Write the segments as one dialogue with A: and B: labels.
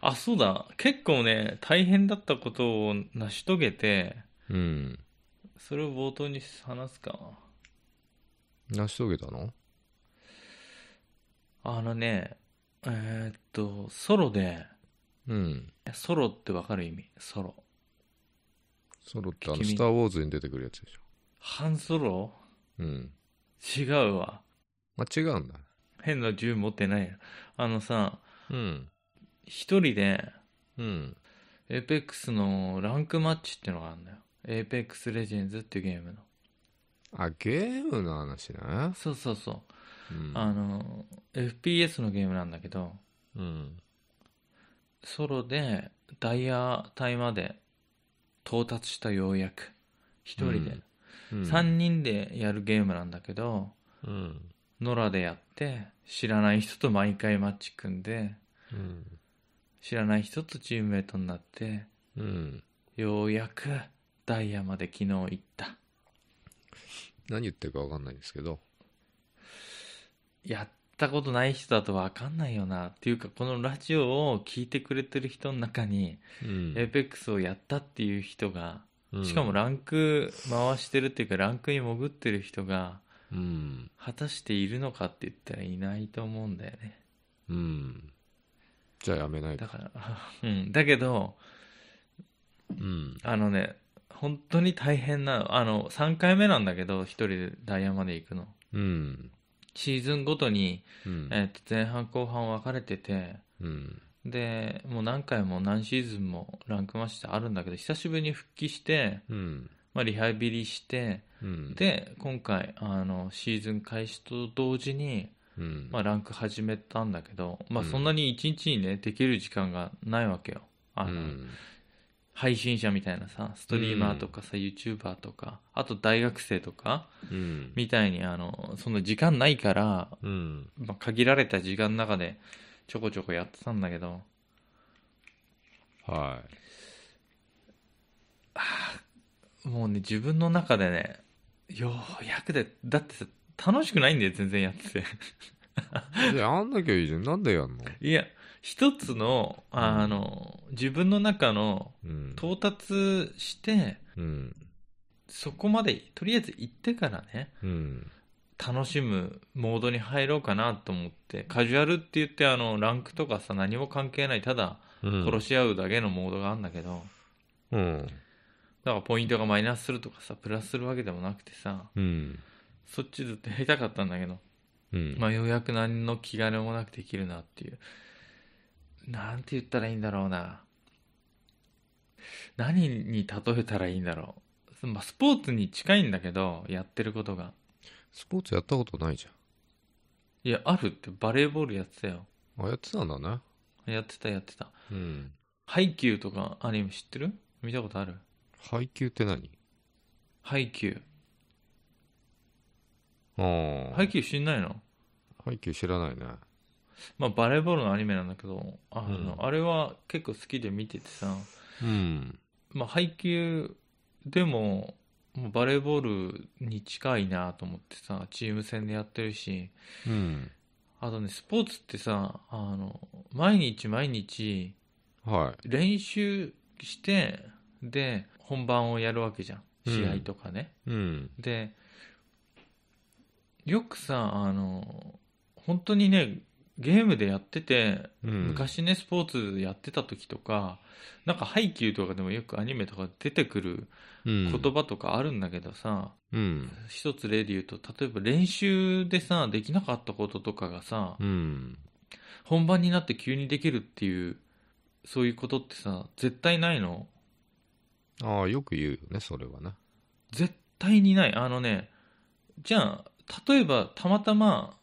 A: あ、そうだ。結構ね、大変だったことを成し遂げて、
B: うん。
A: それを冒頭に話すかな。
B: 成し遂げたの
A: あのね、えーっと、ソロで、
B: うん。
A: ソロってわかる意味ソロ。
B: ソロってあの、
A: 君
B: スター・ウォーズに出てくるやつでしょ。
A: 半ソロ
B: うん。
A: 違うわ。
B: まあ、違うんだ。
A: 変な銃持ってないよあのさ、
B: うん。
A: 一人で、
B: うん。
A: エーペックスのランクマッチってのがあるんだよ。エーペックスレジェンズっていうゲームの。
B: あ、ゲームの話ね。
A: そうそうそう。
B: うん。
A: あの、FPS のゲームなんだけど、
B: うん。
A: ソロでダイヤ帯まで到達したようやく。一人で。
B: うん
A: 三、人でやるゲームなんだけど、
B: うん。
A: 野良でやって、知らない人と毎回マッチ組んで、
B: うん。
A: 知らない人とチームメイトになって、
B: うん。
A: ようやくダイヤまで昨日行った。
B: 何言ってるか分かんないんですけど。
A: やったことない人だとわかんないよな。っていうか、このラジオを聞いてくれてる人の中に、
B: うん
A: エーペックスをやったっていう人が、
B: うん
A: しかもランク回してるっていうか、ランクに潜ってる人が、
B: うん。
A: 果たしているのかって言ったらいないと思うんだよね。
B: うん。じゃあやめない
A: だ
B: と。
A: から、 うん。だけど、
B: うん。
A: あのね、本当に大変なの。あの、3回目なんだけど、一人でダイヤまで行くの。
B: うん。
A: シーズンごとに、
B: うん。
A: えっと、前半後半分かれてて、
B: うん。
A: で、もう何回も何シーズンもランクマッチってあるんだけど、久しぶりに復帰して、
B: うん。
A: まあ、リハビリして、
B: うん、
A: で、今回、あの、シーズン開始と同時に、
B: うん。
A: まあ、ランク始めたんだけど、まあ、
B: うん
A: そんなに1日にね、できる時間がないわけよ。あ
B: う
A: の、
B: ん。
A: 配信者みたいなさストリーマーとかさ、YouTuber とかあと大学生とか
B: うん。
A: みたいにあのその時間ないから、
B: うん。
A: まあ、限られた時間の中でちょこちょこやってたんだけど
B: は
A: もうね自分の中でねようやくでだってさ楽しくないんだよ全然やってて
B: い。で、あんなきゃいいじゃん。なんでやんの
A: いや一つのああの自分の中の
B: うん。
A: 到達して
B: うん。
A: そこまでとりあえず行ってからね
B: うん。
A: 楽しむモードに入ろうかなと思ってカジュアルって言ってあのランクとかさ何も関係ないただ
B: うん
A: 殺し合うだけのモードがあるんだけど、
B: うん。
A: だからポイントがマイナスするとかさプラスするわけでもなくてさ
B: うん。
A: そっちずっとやりたかったんだけど、
B: うん。
A: まあ、ようやく何の気兼ねもなくできるなっていうなんて言ったらいいんだろうな何に例えたらいいんだろう、まあ、スポーツに近いんだけどやってることが
B: スポーツやったことないじ
A: いやあるってバレーボールやってたよ
B: ゃん。あ、やってたんだね。
A: やってたやってた
B: うん。
A: ハイキューとかアニメ知ってる見たことある
B: 配給って何
A: ハイキュ
B: あ
A: ー。
B: あ。
A: ハイキュー知んないの
B: 配給知らないね。
A: まあバレーボールのアニメなんだけど、あの、
B: うん
A: あれは結構好きで見ててさ、
B: うん。
A: まあハイキューでも、もうバレーボールに近いなと思ってさ、チーム戦でやってるし、
B: うん。
A: あとね、スポーツってさ、あの、毎日毎日
B: は
A: 練習して、で、本番をやるわけじゃん。試合とかね。
B: い。うん。
A: でよくさあの本当にねゲームでやってて、
B: うん。
A: 昔ねスポーツやってた時とかなんかハイキューとかでもよくアニメとか出てくる
B: 言
A: 言葉とかあるんだけどさ、
B: うん。
A: 一つ例で言うと例えば練習でさできなかったこととかがさ、
B: うん。
A: 本番になって急にできるっていうそういうことってさ絶対ないの
B: ああ、よく言うよね、それはね。
A: 絶対にないあのねじゃあ例えばたまたま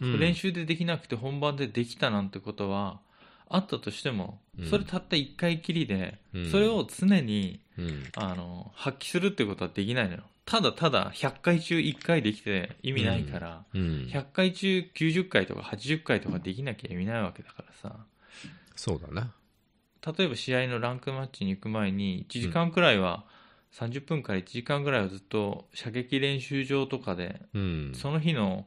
B: うん
A: 練習でできなくて本番でできたなんてことはあったとしても
B: うん
A: それたった1回きりで、
B: うん
A: それを常に
B: うん。
A: あの発揮するってことはできないのよただただ100回中1回できて意味ないから、
B: うん。
A: 100回中90回とか80回とかできなきゃ意味ないわけだからさ
B: そうだね。
A: 例えば試合のランクマッチに行く前に1時間くらいは、30分から1時間くらいはずっと射撃練習場とかで
B: うん。
A: その日の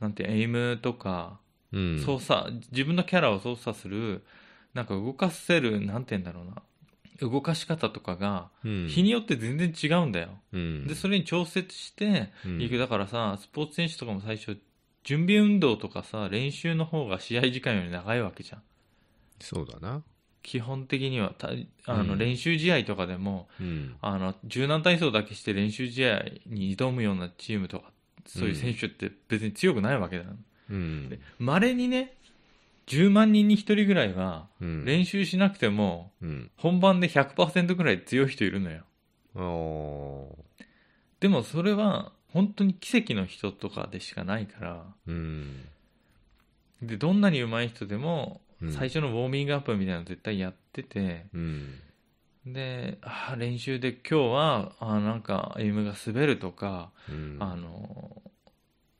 A: なんてエイムとか
B: うん。
A: 操作、自分のキャラを操作するなんか動かせる、なんて言うんだろうな、動かし方とかが、
B: うん。
A: 日によって全然違うんだよ。
B: うん。
A: で、それに調節して、
B: うん
A: いくだからさ、スポーツ選手とかも最初、準備運動とかさ、練習の方が試合時間より長いわけじゃん。
B: そうだな。
A: 基本的には、たあ
B: う
A: の
B: ん
A: 練習試合とかでも、
B: うん。
A: あの柔軟体操だけして練習試合に挑むようなチームとかそういう選手って別に強くないわけだ
B: うん。
A: まれ、稀にね10万人に1人ぐらいは
B: うん。
A: 練習しなくても
B: うん。
A: 本番で100%ぐらい強い人いるのよ
B: あー
A: でもそれは本当に奇跡の人とかでしかないから
B: うん。
A: でどんなに上手い人でも
B: うん
A: 最初のウォーミングアップみたいなの絶対やってて、
B: うん。
A: であー練習で今日はあーなんかエイムが滑るとか
B: うん。
A: あの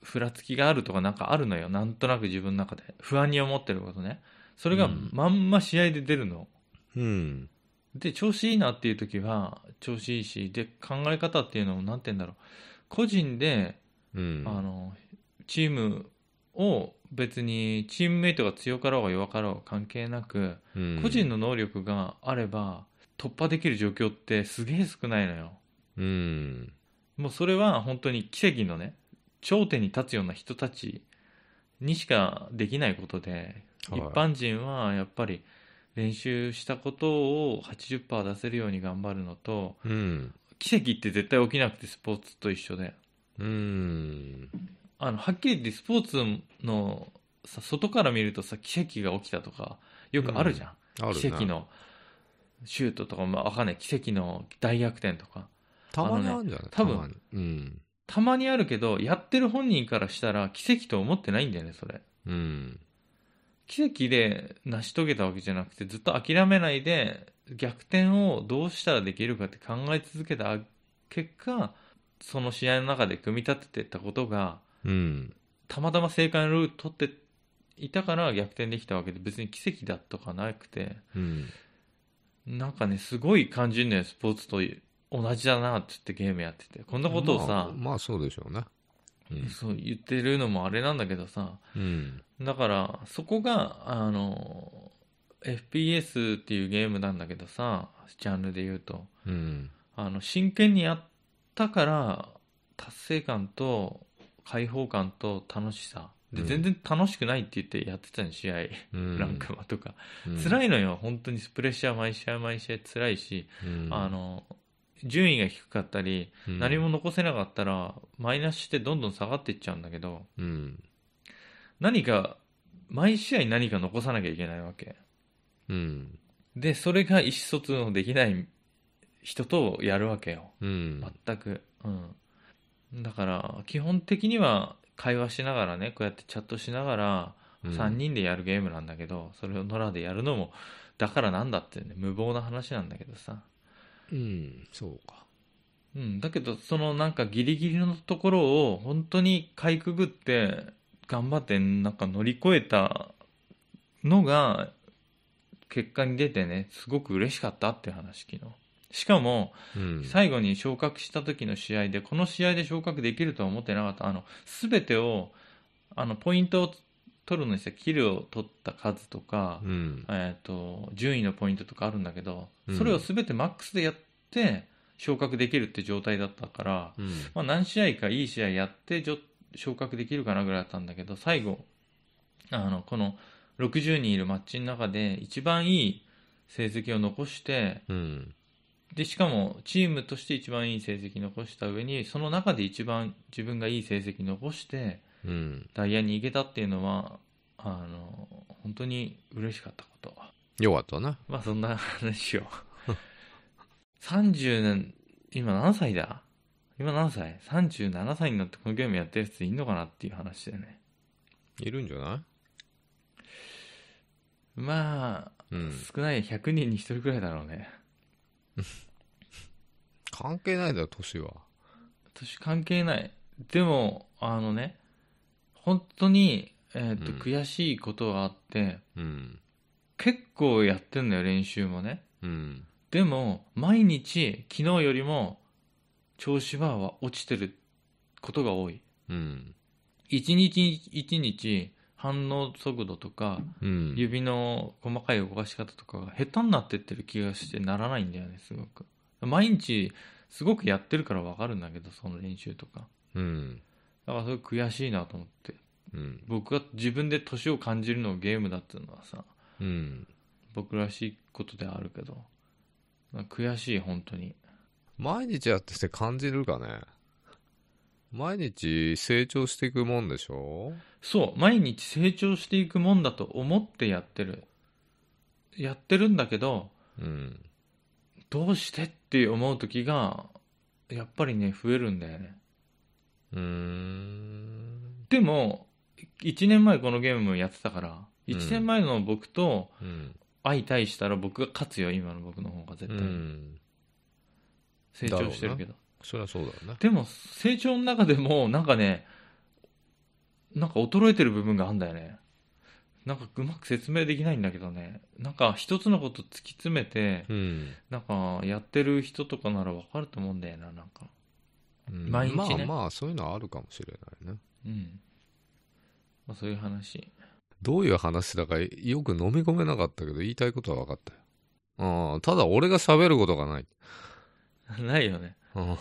A: ふらつきがあるとかなんかあるのよなんとなく自分の中で不安に思ってることねそれが
B: うん
A: まんま試合で出るの、
B: うん。
A: で調子いいなっていう時は調子いいしで考え方っていうのもなんて言うんだろう個人で、
B: うん。
A: あのチームを別にチームメイトが強かろうが弱かろうが関係なく、
B: うん
A: 個人の能力があれば突破できる状況ってすげえ少ないのよ
B: うん。
A: もうそれは本当に奇跡のね頂点に立つような人たちにしかできないことで、
B: はい
A: 一般人はやっぱり練習したことを80%出せるように頑張るのと
B: うん。
A: 奇跡って絶対起きなくてスポーツと一緒で
B: うん。
A: あのはっきり言ってスポーツのさ外から見るとさ奇跡が起きたとかよくあるじゃん、
B: あるな
A: 奇跡。のシュートとか、まあ、わかんない奇跡の大逆転とか
B: たまにあるんじゃない
A: 多分。
B: たまにうん。
A: たまにあるけどやってる本人からしたら奇跡と思ってないんだよねそれ
B: うん。
A: 奇跡で成し遂げたわけじゃなくてずっと諦めないで逆転をどうしたらできるかって考え続けた結果その試合の中で組み立ててったことが
B: うん。
A: たまたま正解のルート取っていたから逆転できたわけで別に奇跡だとかなくて
B: うん。
A: なんかねすごい感じるのよスポーツと同じだなって言ってゲームやっててこんなことをさ、
B: まあ、まあそうでしょうな。うん
A: そう言ってるのもあれなんだけどさ
B: うん。
A: だからそこがあの FPS っていうゲームなんだけどさジャンルで言うと
B: うん。
A: あの真剣にやったから達成感と解放感と楽しさで
B: うん
A: 全然楽しくないって言ってやってたの試合、
B: うん。
A: ランクマとか、
B: うん。
A: 辛
B: い。
A: いのよ本当にプレッシャー毎試合毎試合辛いし、あの順位が低かったり、
B: うん
A: 何も。残せなかったらマイナスしてどんどん下がっていっちゃうんだけど
B: うん。
A: 何か毎試合何か残さなきゃいけないわけ
B: うん。
A: でそれが意思疎通のできない人とやるわけよ
B: うん。
A: 全く、うん、だから基本的には会話しながらねこうやってチャットしながら
B: うん
A: 3人でやるゲームなんだけど、それを野良でやるのもだからなんだってね無謀な話なんだけどさ
B: うん。そうか。
A: うん、だけどそのなんかギリギリのところを本当にかいくぐって頑張ってなんか乗り越えたのが結果に出てねすごく嬉しかったっていう話昨日しかも
B: うん。
A: 最後に昇格した時の試合でこの試合で昇格できるとは思ってなかったあの全てをあのポイントを取るのにさキルを取った数とか、
B: うん。
A: えー、と順位のポイントとかあるんだけど、
B: うん
A: それを全てマックスでやって昇格できるって状態だったから、
B: うん。
A: まあ、何試合かいい試合やってじょ昇格できるかなぐらいだったんだけど最後あのこの60人いるマッチの中で一番いい成績を残して
B: うん。
A: でしかもチームとして一番いい成績残した上にその中で一番自分がいい成績残して
B: うん。
A: ダイヤに行けたっていうのはあの本当に嬉しかったこと。
B: よかったな。
A: まあそんな話を。30年、今何歳だ今何歳 ?37 歳になってこのゲームやってる人いんのかなっていう話だよね。
B: いるんじゃない
A: まあ、
B: うん。
A: 少ない100人に1人くらいだろうね。
B: 関係ないだろ、年は。
A: 年関係ない。でも、あのね、本当に、えーっと、
B: うん
A: 悔しいことがあって、
B: うん。
A: 結構やってんのよ、練習もね。
B: うん。
A: でも、毎日、昨日よりも、調子は落ちてることが多い。
B: うん。
A: 一日一日反応速度とか、
B: うん。
A: 指の細かい動かし方とかが下手になってってる気がしてならないんだよねすごく毎日すごくやってるから分かるんだけどその練習とか
B: うん。
A: だからそれ悔しいなと思って
B: うん。
A: 僕が自分で年を感じるのをゲームだっていうのはさ
B: うん。
A: 僕らしいことではあるけどなんか悔しい本当に
B: 毎日やってて感じるかね毎日成長していくもんでしょ
A: そう毎日成長していくもんだと思ってやってるやってるんだけど
B: うん。
A: どうしてって思う時がやっぱりね増えるんだよね
B: うーん。
A: でも1年前このゲームやってたから1年前の僕と
B: うん。
A: 相対したら僕が勝つよ今の僕の方が絶
B: う
A: 対、
B: ん。
A: 成長してるけど
B: そりゃそうだよね。
A: でも成長の中でもなんかねなんか衰えてる部分があるんだよねなんかうまく説明できないんだけどねなんか一つのこと突き詰めて
B: うん。
A: なんかやってる人とかならわかると思うんだよななんか
B: うん
A: 毎日ね
B: まあまあ、そういうのはあるかもしれないね。
A: うん、まあ、そういう話
B: どういう話だかよく飲み込めなかったけど、言いたいことは分かったよ。ああ、ただ俺が喋ることがない。
A: ないよね
B: あ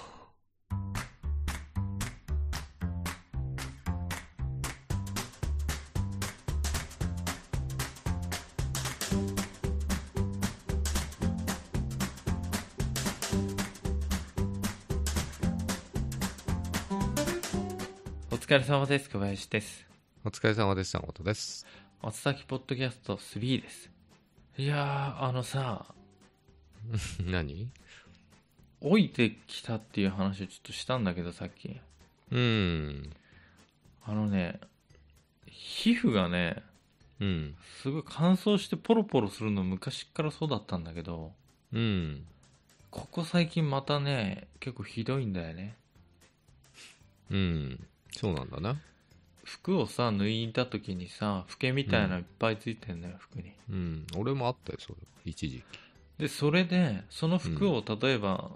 A: お疲れ様です小林です
B: お疲れ様でしたことです。
A: おつさきポッドキャスト3ですいやーあのさ
B: 何
A: 老いてきたっていう話をちょっとしたんだけどさっき
B: うん。
A: あのね皮膚がね
B: うん。
A: すごい乾燥してポロポロするの昔からそうだったんだけど
B: うん。
A: ここ最近またね結構ひどいんだよね
B: うん。そうなんだな。
A: 服をさ脱いだ時にさフケみたいなのいっぱいついてんだよ、服に
B: うん。俺もあったよ、それ。一時期。
A: でそれでその服を例えば、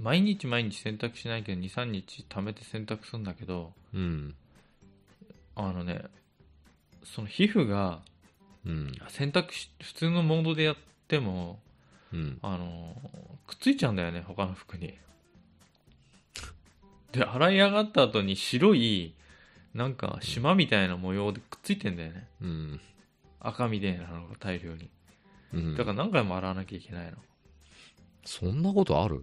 A: 毎日毎日洗濯しないけど23日溜めて洗濯するんだけど
B: うん。
A: あのねその皮膚が
B: うん。
A: 洗濯し普通のモードでやっても
B: うん。
A: あのくっついちゃうんだよね他の服にで洗い上がった後に白いなんか縞みたいな模様でくっついてんだよね
B: うん。
A: 赤みたいなのが大量に
B: うん。
A: だから何回も洗わなきゃいけないの
B: そんなことある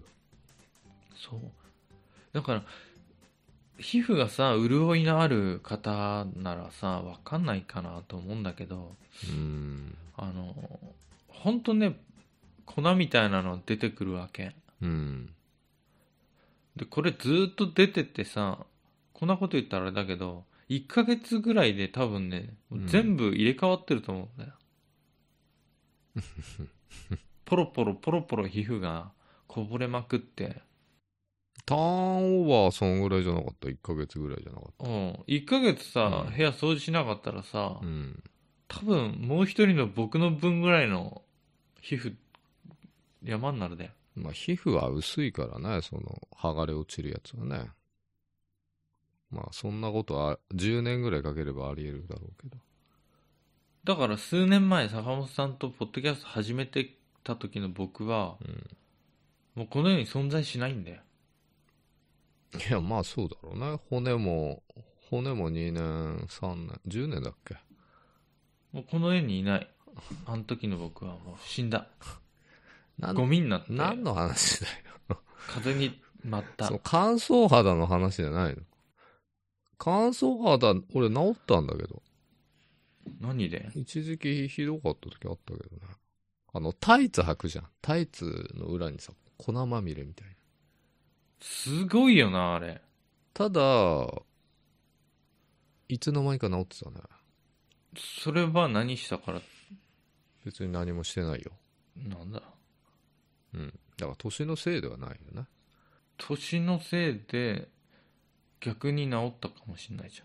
A: そうだから皮膚がさ潤いのある方ならさ分かんないかなと思うんだけど
B: うん。
A: あのほんとね粉みたいなの出てくるわけ
B: うん。
A: でこれずーっと出てってさこんなこと言ったらあれだけど1ヶ月ぐらいで多分ね
B: うん
A: 全部入れ替わってると思 うんだよ、ポロポロポロポロ皮膚がこぼれまくって
B: ターンオーバーそんぐらいじゃなかった。1ヶ月ぐらいじゃなかっ
A: うん、1ヶ月さ、
B: うん
A: 部屋掃除しなかったらさ、
B: た。うん。
A: 多分もう一人の僕の分ぐらいの皮膚山になるで
B: まあ、皮膚は薄いからね、その、剥がれ落ちるやつはね。まあ、そんなことは、10年ぐらいかければあり得るだろうけど。
A: だから数年前坂本さんとポッドキャスト始めてた時の僕は
B: うん。
A: もうこの世に存在しないんだよ
B: いや、まあ、そうだろうね。骨も、骨も2年、3年、10年だっけ。
A: もうこの世にいないあの時の僕はもう死んだ
B: なん
A: ゴミになって
B: 何の話だよ。
A: 風に舞った
B: その乾燥肌の話じゃないの。乾燥肌、俺治ったんだけど。
A: 何で
B: 一時期ひどかった時あったけどね。あの、タイツ履くじゃん。タイツの裏にさ、粉まみれみたいな。
A: すごいよなあれ
B: ただ、いつの間にか治ってたね。
A: それは何したから
B: 別に何もしてないよ。
A: なんだ
B: うん。だから年のせいではないよね。
A: 年のせいで逆に治ったかもしれないじ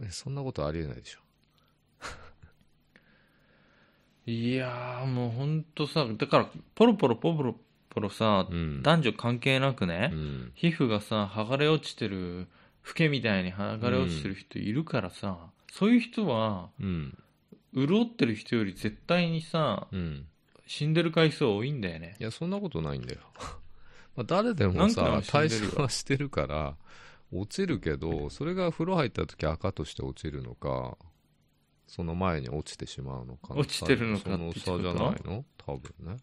A: ゃん
B: えそんなことありえないでしょ。
A: いやーもうほんとさだからポロポロポロポロポロさ、
B: うん。
A: 男女関係なくね、
B: うん。
A: 皮膚がさ剥がれ落ちてるフケみたいに剥がれ落ちてる人いるからさ、そういう人は、
B: うん。
A: 潤ってる人より絶対にさ、
B: うん。
A: 死んでる回数多いんだよね
B: い。や、そんなことないんだよ。 まあ誰でも
A: 何回
B: さ
A: も、死ん
B: 対
A: でるよ
B: 処はしてるから、落ちるけど、それが風呂入った時赤として落ちるのか、その前に落ちてしまうのか。
A: 落ちてるのか
B: そ
A: っ
B: の
A: て
B: 差じゃないの多分ね。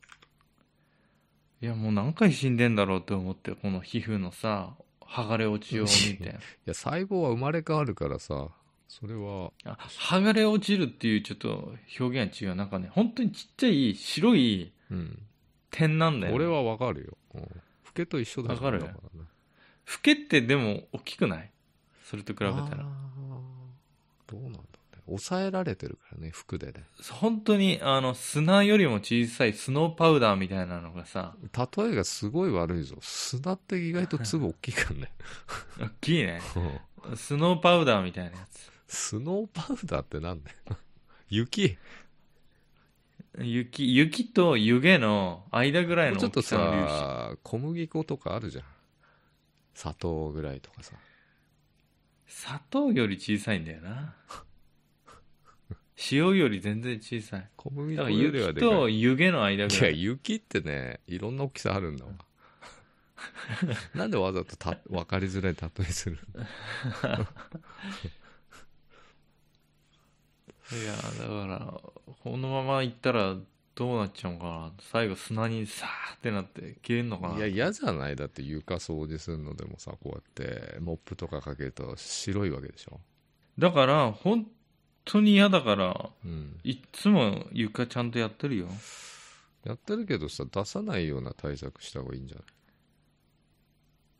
A: いや、もう何回死んでんだろうって思って、この皮膚のさ、剥がれ落ちようみたいな。
B: いや、細胞は生まれ変わるからさ、それは、
A: あ剥がれ落ちるっていうちょっと表現は違う。なんかね、本当にちっちゃい白い
B: うん。
A: 点なんだよ、ね。
B: 俺はわかるよ。うん。老けと一緒だよ
A: わかる
B: だからね。
A: 老けってでも大きくないそれと比べたら。
B: あーどうなんだろうね。抑えられてるからね、服でね。
A: 本当に、あの、砂よりも小さいスノーパウダーみたいなのがさ、
B: 例えがすごい悪いぞ。砂って意外と粒大きいからね。
A: 大きいね。
B: うん
A: スノーパウダーみたいなやつ。
B: スノーパウダーってなんだよ。 雪。
A: 雪、雪と湯気の間ぐらい
B: もう
A: の
B: ちょっ
A: 大
B: と
A: きさの粒子。
B: さ、小麦粉とかあるじゃん。砂糖ぐらいとかさ。
A: 砂糖より小さいんだよ な。塩より全然小さい。
B: 小麦
A: だか
B: 粉
A: ら
B: よりは
A: 雪
B: でかい
A: と湯気の間ぐ
B: い
A: ら
B: や、
A: い。
B: 雪ってね、いろんな大きさある んだわ。なんでわざとた分かりづらい例えするの
A: いや、だから、このまま行ったらどうなっちゃうのかな。最後砂にさーってなって消えんの かな。
B: いや、嫌じゃないだって床掃除するのでもさ、こうやって、モップとかかけると白いわけでしょ。
A: だから、本当に嫌だから、
B: うん。
A: いっつも床ちゃんとやってるよ。
B: やってるけどさ、出さないような対策した方がいいんじゃない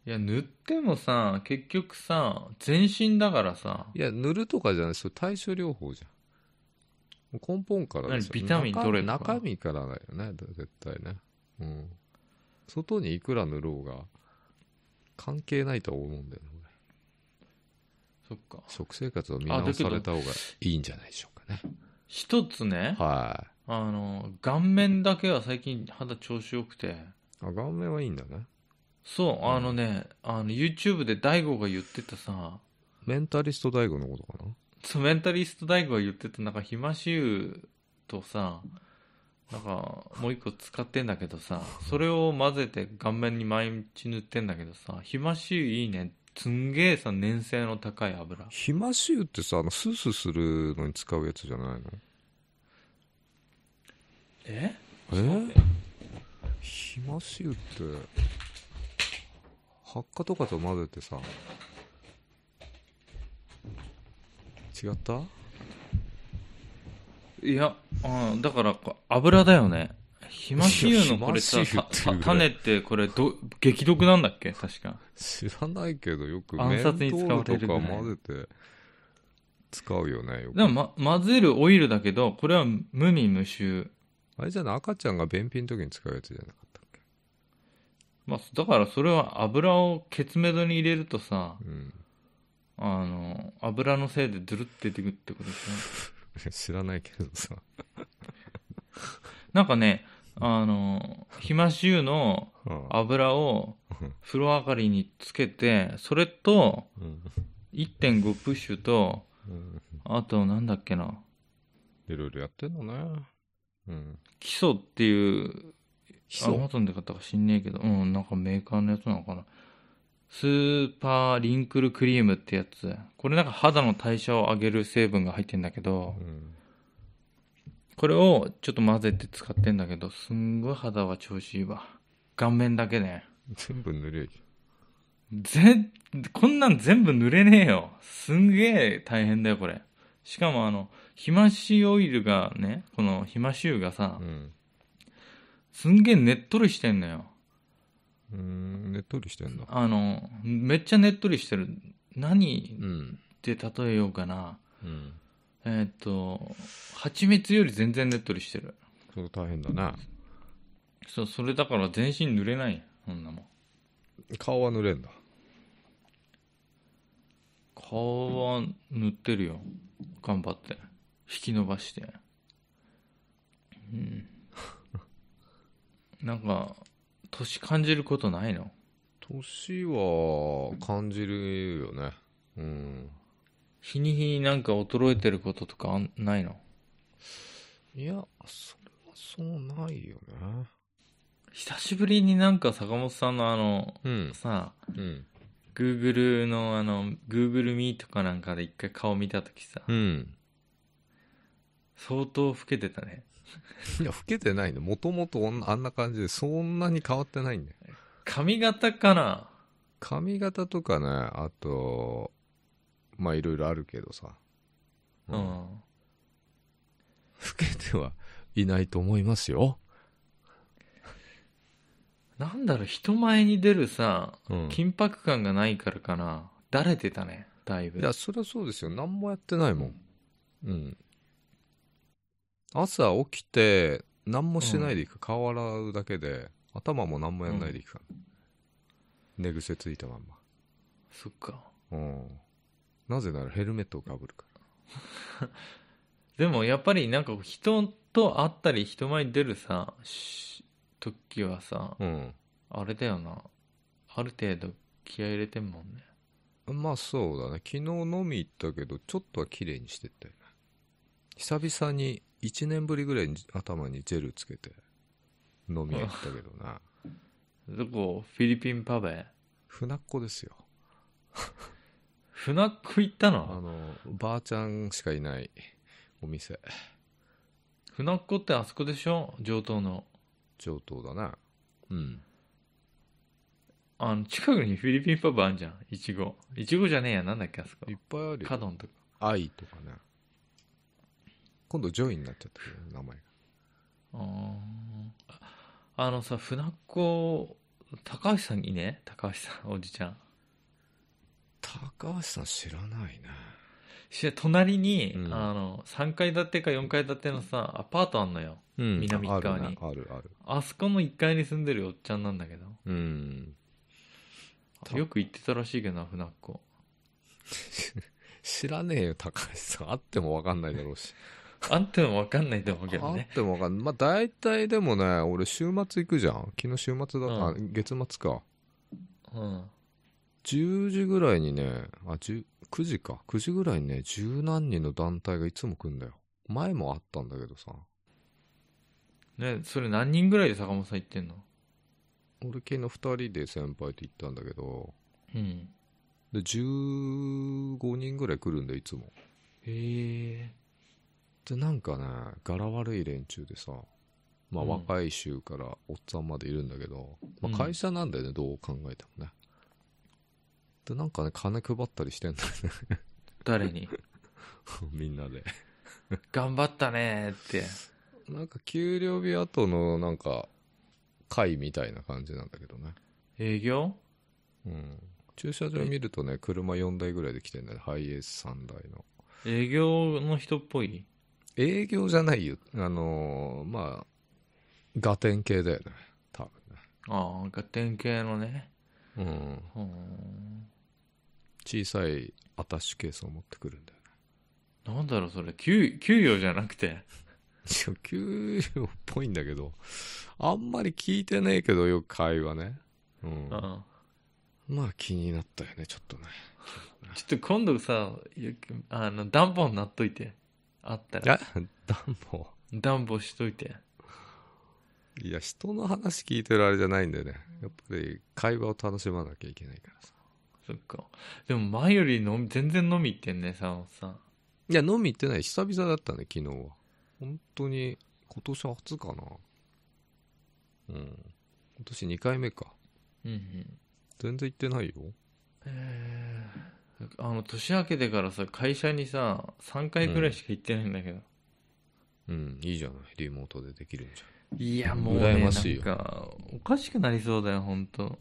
A: いや、塗ってもさ、結局さ、全身だからさ、
B: いや、塗るとかじゃない、それ対処療法じゃん。もう根本からですよ
A: 何ビタミン取れとか
B: 中中身からだよね、だ絶対ね。うん。外にいくら塗ろうが、関係ないとは思うんだよね、
A: そ
B: 俺
A: っか。
B: 食生活を見直された方がいいんじゃないでしょうかね。
A: 一つね、
B: はい。
A: あの、顔面だけは最近肌調子良くて、
B: あ、顔面はいいんだね。
A: そう、あのね、あの、YouTube で大悟が言ってたさ、
B: メンタリスト大悟のことかな
A: そうメンタリスト大悟が言ってた、なんか、ひましゆとさ、なんか、もう一個使ってんだけどさ、それを混ぜて顔面に毎日塗ってんだけどさ、ひましゆいいね、すんげえさ、粘性の高い油。
B: ひまし油ってさ、あの、スースーするのに使うやつじゃないの
A: え
B: えひまし油って、発火とかと混ぜてさ、違った
A: いや、うん、だから、こう油だよね。ひましゆのこれ
B: い
A: さ
B: やひましゆ、って
A: た
B: いうぐらい
A: 種ってこれど、激毒なんだっけ確か。
B: 知らないけど、よく
A: 暗
B: メント
A: 殺に使わ
B: ー
A: れ
B: ル
A: る
B: と
A: ぐらい
B: か混ぜて使うよね、よく。
A: でも、ま、混ぜるオイルだけど、これは無味無臭。
B: あれじゃない赤ちゃんが便秘の時に使うやつじゃなかったっけ
A: まあ、だからそれは油をケツメドに入れるとさ、
B: うん、
A: あの、油のせいでドゥルって出てくるってことですね。
B: 知らないけどさ、
A: なんかね、あの、ひましゆの
B: あ
A: 油を風呂上がりにつけて、それと
B: うん
A: 1.5プッシュと、
B: うん、
A: あとなんだっけな、
B: いろいろやってんのね、うん、
A: 基礎っていう、
B: 基
A: アマゾンで買ったか知んねえけど、うん、なんかメーカーのやつなのかな。スーパーリンクルクリームってやつ。これなんか肌の代謝を上げる成分が入ってんだけど、
B: うん、
A: これをちょっと混ぜて使ってんだけど、すんごい肌は調子いいわ。顔面だけね。
B: 全部塗りゃいいじ
A: ぜ、こんなん全部塗れねえよ。すんげえ大変だよ、これ。しかもあの、ひましオイルがね、このひまし油が
B: ゃ
A: さ
B: ん、うん
A: すんげえねっとりしてんのよ。
B: うん、ねっとりしてんだ
A: あの、めっちゃねっとりしてる。何
B: うん、
A: で例えようかな。
B: うん、
A: えーっと、蜂蜜より全然ねっとりしてる。
B: それ大変だな
A: そう、それだから全身濡れない。そんなもん。
B: 顔は塗れんだ
A: 顔は塗ってるよ。頑張って。引き伸ばして。うん。 なんか、年感じることないの
B: 年は感じるよねうん
A: 日に日になんか衰えてることとかあんないの
B: いや、それはそうないよね。
A: 久しぶりになんか坂本さんのあの、
B: うん。
A: さ、
B: うん。
A: Google のあの、Google Meet かなんかで一回顔見たときさ、
B: うん。
A: 相当老けてたね。
B: いや、老けてないね。もともとあんな感じで、そんなに変わってないんだよ。
A: 髪型かな
B: 髪型とかね、あと、まあいろいろあるけどさ。
A: う
B: 老
A: ん。
B: けてはいないと思いますよ。
A: なんだろう、人前に出るさ、
B: うん。い
A: 緊迫感がないからかな。だれてたね、だいぶ。
B: や、そりゃそうですよ。何もやってないもん。うん。朝起きて、何もしないでいく。顔洗うだけで、頭も何もやんないでいくから。寝癖ついたまんま。
A: そっか。
B: うん。なぜならヘルメットをかぶるから。
A: でもやっぱりなんか人と会ったり人前に出るさ、し時はさ、
B: う
A: あれだよな。ある程度気合い入れてんもんね。
B: ん。まあそうだね。昨日飲み行ったけど、ちょっとは綺麗にしてったよね。久々に、1年ぶりぐらいに頭にジェルつけて、飲み屋行ったけどな。
A: どこフィリピンパブへ
B: 船っ子ですよ。
A: 船っ子行った
B: あ
A: の
B: の、ばあちゃんしかいないお店。
A: 船っ子ってあそこでしょ上等の。
B: 上等だな。うん。
A: あの、近くにフィリピンパブあんじゃん。いちご。いちごじゃねえや。なんだっけあそこ
B: い。っぱいある
A: カ
B: よ。
A: ドンとか。
B: 愛とかね。今度ジョイになっちゃったけど、名前が。
A: あーあのさ、船っ子、高橋さんにね、高橋さん、おじちゃん。
B: 高橋さん知らないな。
A: し隣に、
B: うん
A: あの、3階建てか4階建てのさ、アパートあんのよ。
B: うん
A: 南側に
B: あるねあるある。
A: あそこの1階に住んでるおっちゃんなんだけど。
B: うん。た
A: よく行ってたらしいけどな、船っ子。
B: 知らねえよ、高橋さん。あってもわかんないだろうし。
A: あってもわかんないと思うけど
B: あ
A: ね。
B: ってもわかんない。まあ、大体でもね、俺週末行くじゃん。昨日週末だ、
A: うん
B: あ、月末か。
A: うん。
B: 10時ぐらいにね、あ、10 9時か。9時ぐらいにね、十何人の団体がいつも来んだよ。前もあったんだけどさ。
A: ね、それ何人ぐらいで坂本さん行ってんの
B: 俺昨日2人で先輩と行ったんだけど、
A: うん。
B: で、15人ぐらい来るんだよ、いつも。
A: へえ。
B: で、なんかね、柄悪い連中でさ、まあ、
A: うん
B: 若い衆からおっさんまでいるんだけど、
A: うん
B: まあ、会社なんだよね、どう考えてもね。で、なんかね、金配ったりしてんだよ、
A: 誰に
B: みんなで。
A: 頑張ったねーって。
B: なんか、給料日後の、なんか、会みたいな感じなんだけどね。
A: 営業
B: うん。駐車場見るとね、車4台ぐらいで来てんだよ、ハイエース3台の。
A: 営業の人っぽい
B: 営業じゃないよ。あのーまあ、ガテン系だよね、多分
A: ああ、ガテン系のね。
B: ね。う
A: うー
B: ん。
A: ん。
B: 小さいアタッシュケースを持ってくるんだよね。
A: なんだろう、それ。給、給与じゃなくて。
B: 一応給料っぽいんだけど、あんまり聞いてねえけどよ、会話ね。うん。
A: うん。
B: まあ気になったよね、ちょっとね。
A: ちょっと今度さ、よくあの、暖房になっといて。あったら。
B: え暖房。
A: 暖房しといて。
B: いや、人の話聞いてるあれじゃないんだよね。やっぱり会話を楽しまなきゃいけないからさ。
A: そっか。でも前より飲み、全然飲み行ってんね、坂本さん。
B: いや、飲み行ってない。久々だったね、昨日は。本当に、今年初かな。うん。今年2回目か。
A: うんうん。
B: 全然行ってないよ。
A: えー、あの、年明けてからさ、会社にさ、3回くらいしか行ってないんだけど。
B: うん、いいじゃない。リモートでできるんじゃん。
A: いや、もう、ね、
B: 羨ましいよ
A: なんか、おかしくなりそうだよ、ほんと。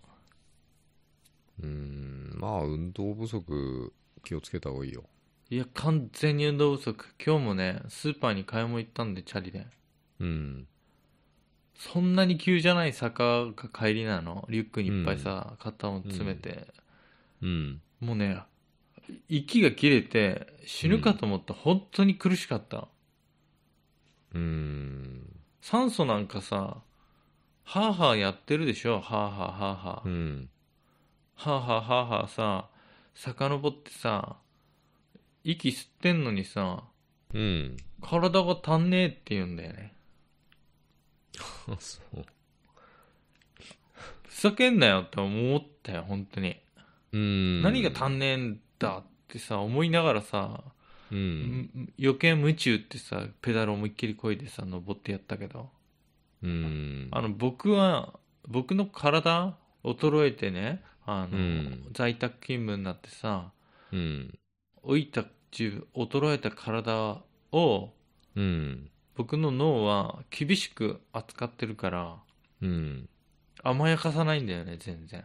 B: うーん、まあ、運動不足、気をつけた方がいいよ。
A: いや、完全に運動不足。今日もね、スーパーに買い物行ったんで、チャリで。
B: うん。
A: そんなに急じゃない坂が帰りなの。リュックにいっぱいさ、肩を詰めて。
B: うん。
A: もうね、息が切れて、死ぬかと思った。本当に苦しかった。
B: うーん。
A: 酸素なんかさ、はぁはぁやってるでしょ。はぁはぁはぁはぁ
B: う。ん。
A: はぁはぁはぁはぁさ、遡ってさ、息吸ってんのにさ、
B: うん。
A: 体が足んねえって言うんだよね。
B: あ、そう。
A: ふざけんなよって思ったよ、本当に。
B: うん。
A: 何が足んねえんだってさ、思いながらさ、
B: うん。
A: む余計夢中ってさ、ペダル思いっきりこいでさ、登ってやったけど。
B: うん。
A: あの、僕は、僕の体、衰えてね、あの、
B: うん
A: 在宅勤務になってさ、
B: うん。
A: 老いた自分、衰えた体を、
B: うん。
A: 僕の脳は厳しく扱ってるから、
B: うん。
A: 甘やかさないんだよね、全然。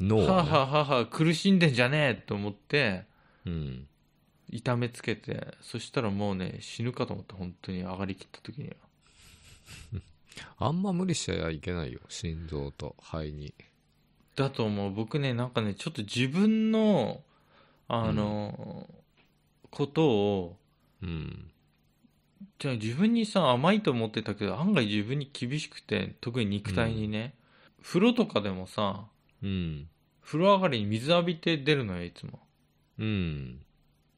B: 脳
A: は
B: は
A: あ
B: ね
A: はあはあはあ苦しんでんじゃねえと思って、
B: うん。
A: 痛めつけて、そしたらもうね、死ぬかと思って、本当に上がりきった時には。
B: あんま無理しちゃいけないよ。心臓と肺に。
A: だと思う僕ねなんかねちょっと自分のあの、ことを
B: うん。
A: じゃあ自分にさ甘いと思ってたけど案外自分に厳しくて特に肉体にね、風呂とかでもさ
B: うん。
A: 風呂上がりに水浴びて出るのよいつも
B: うん。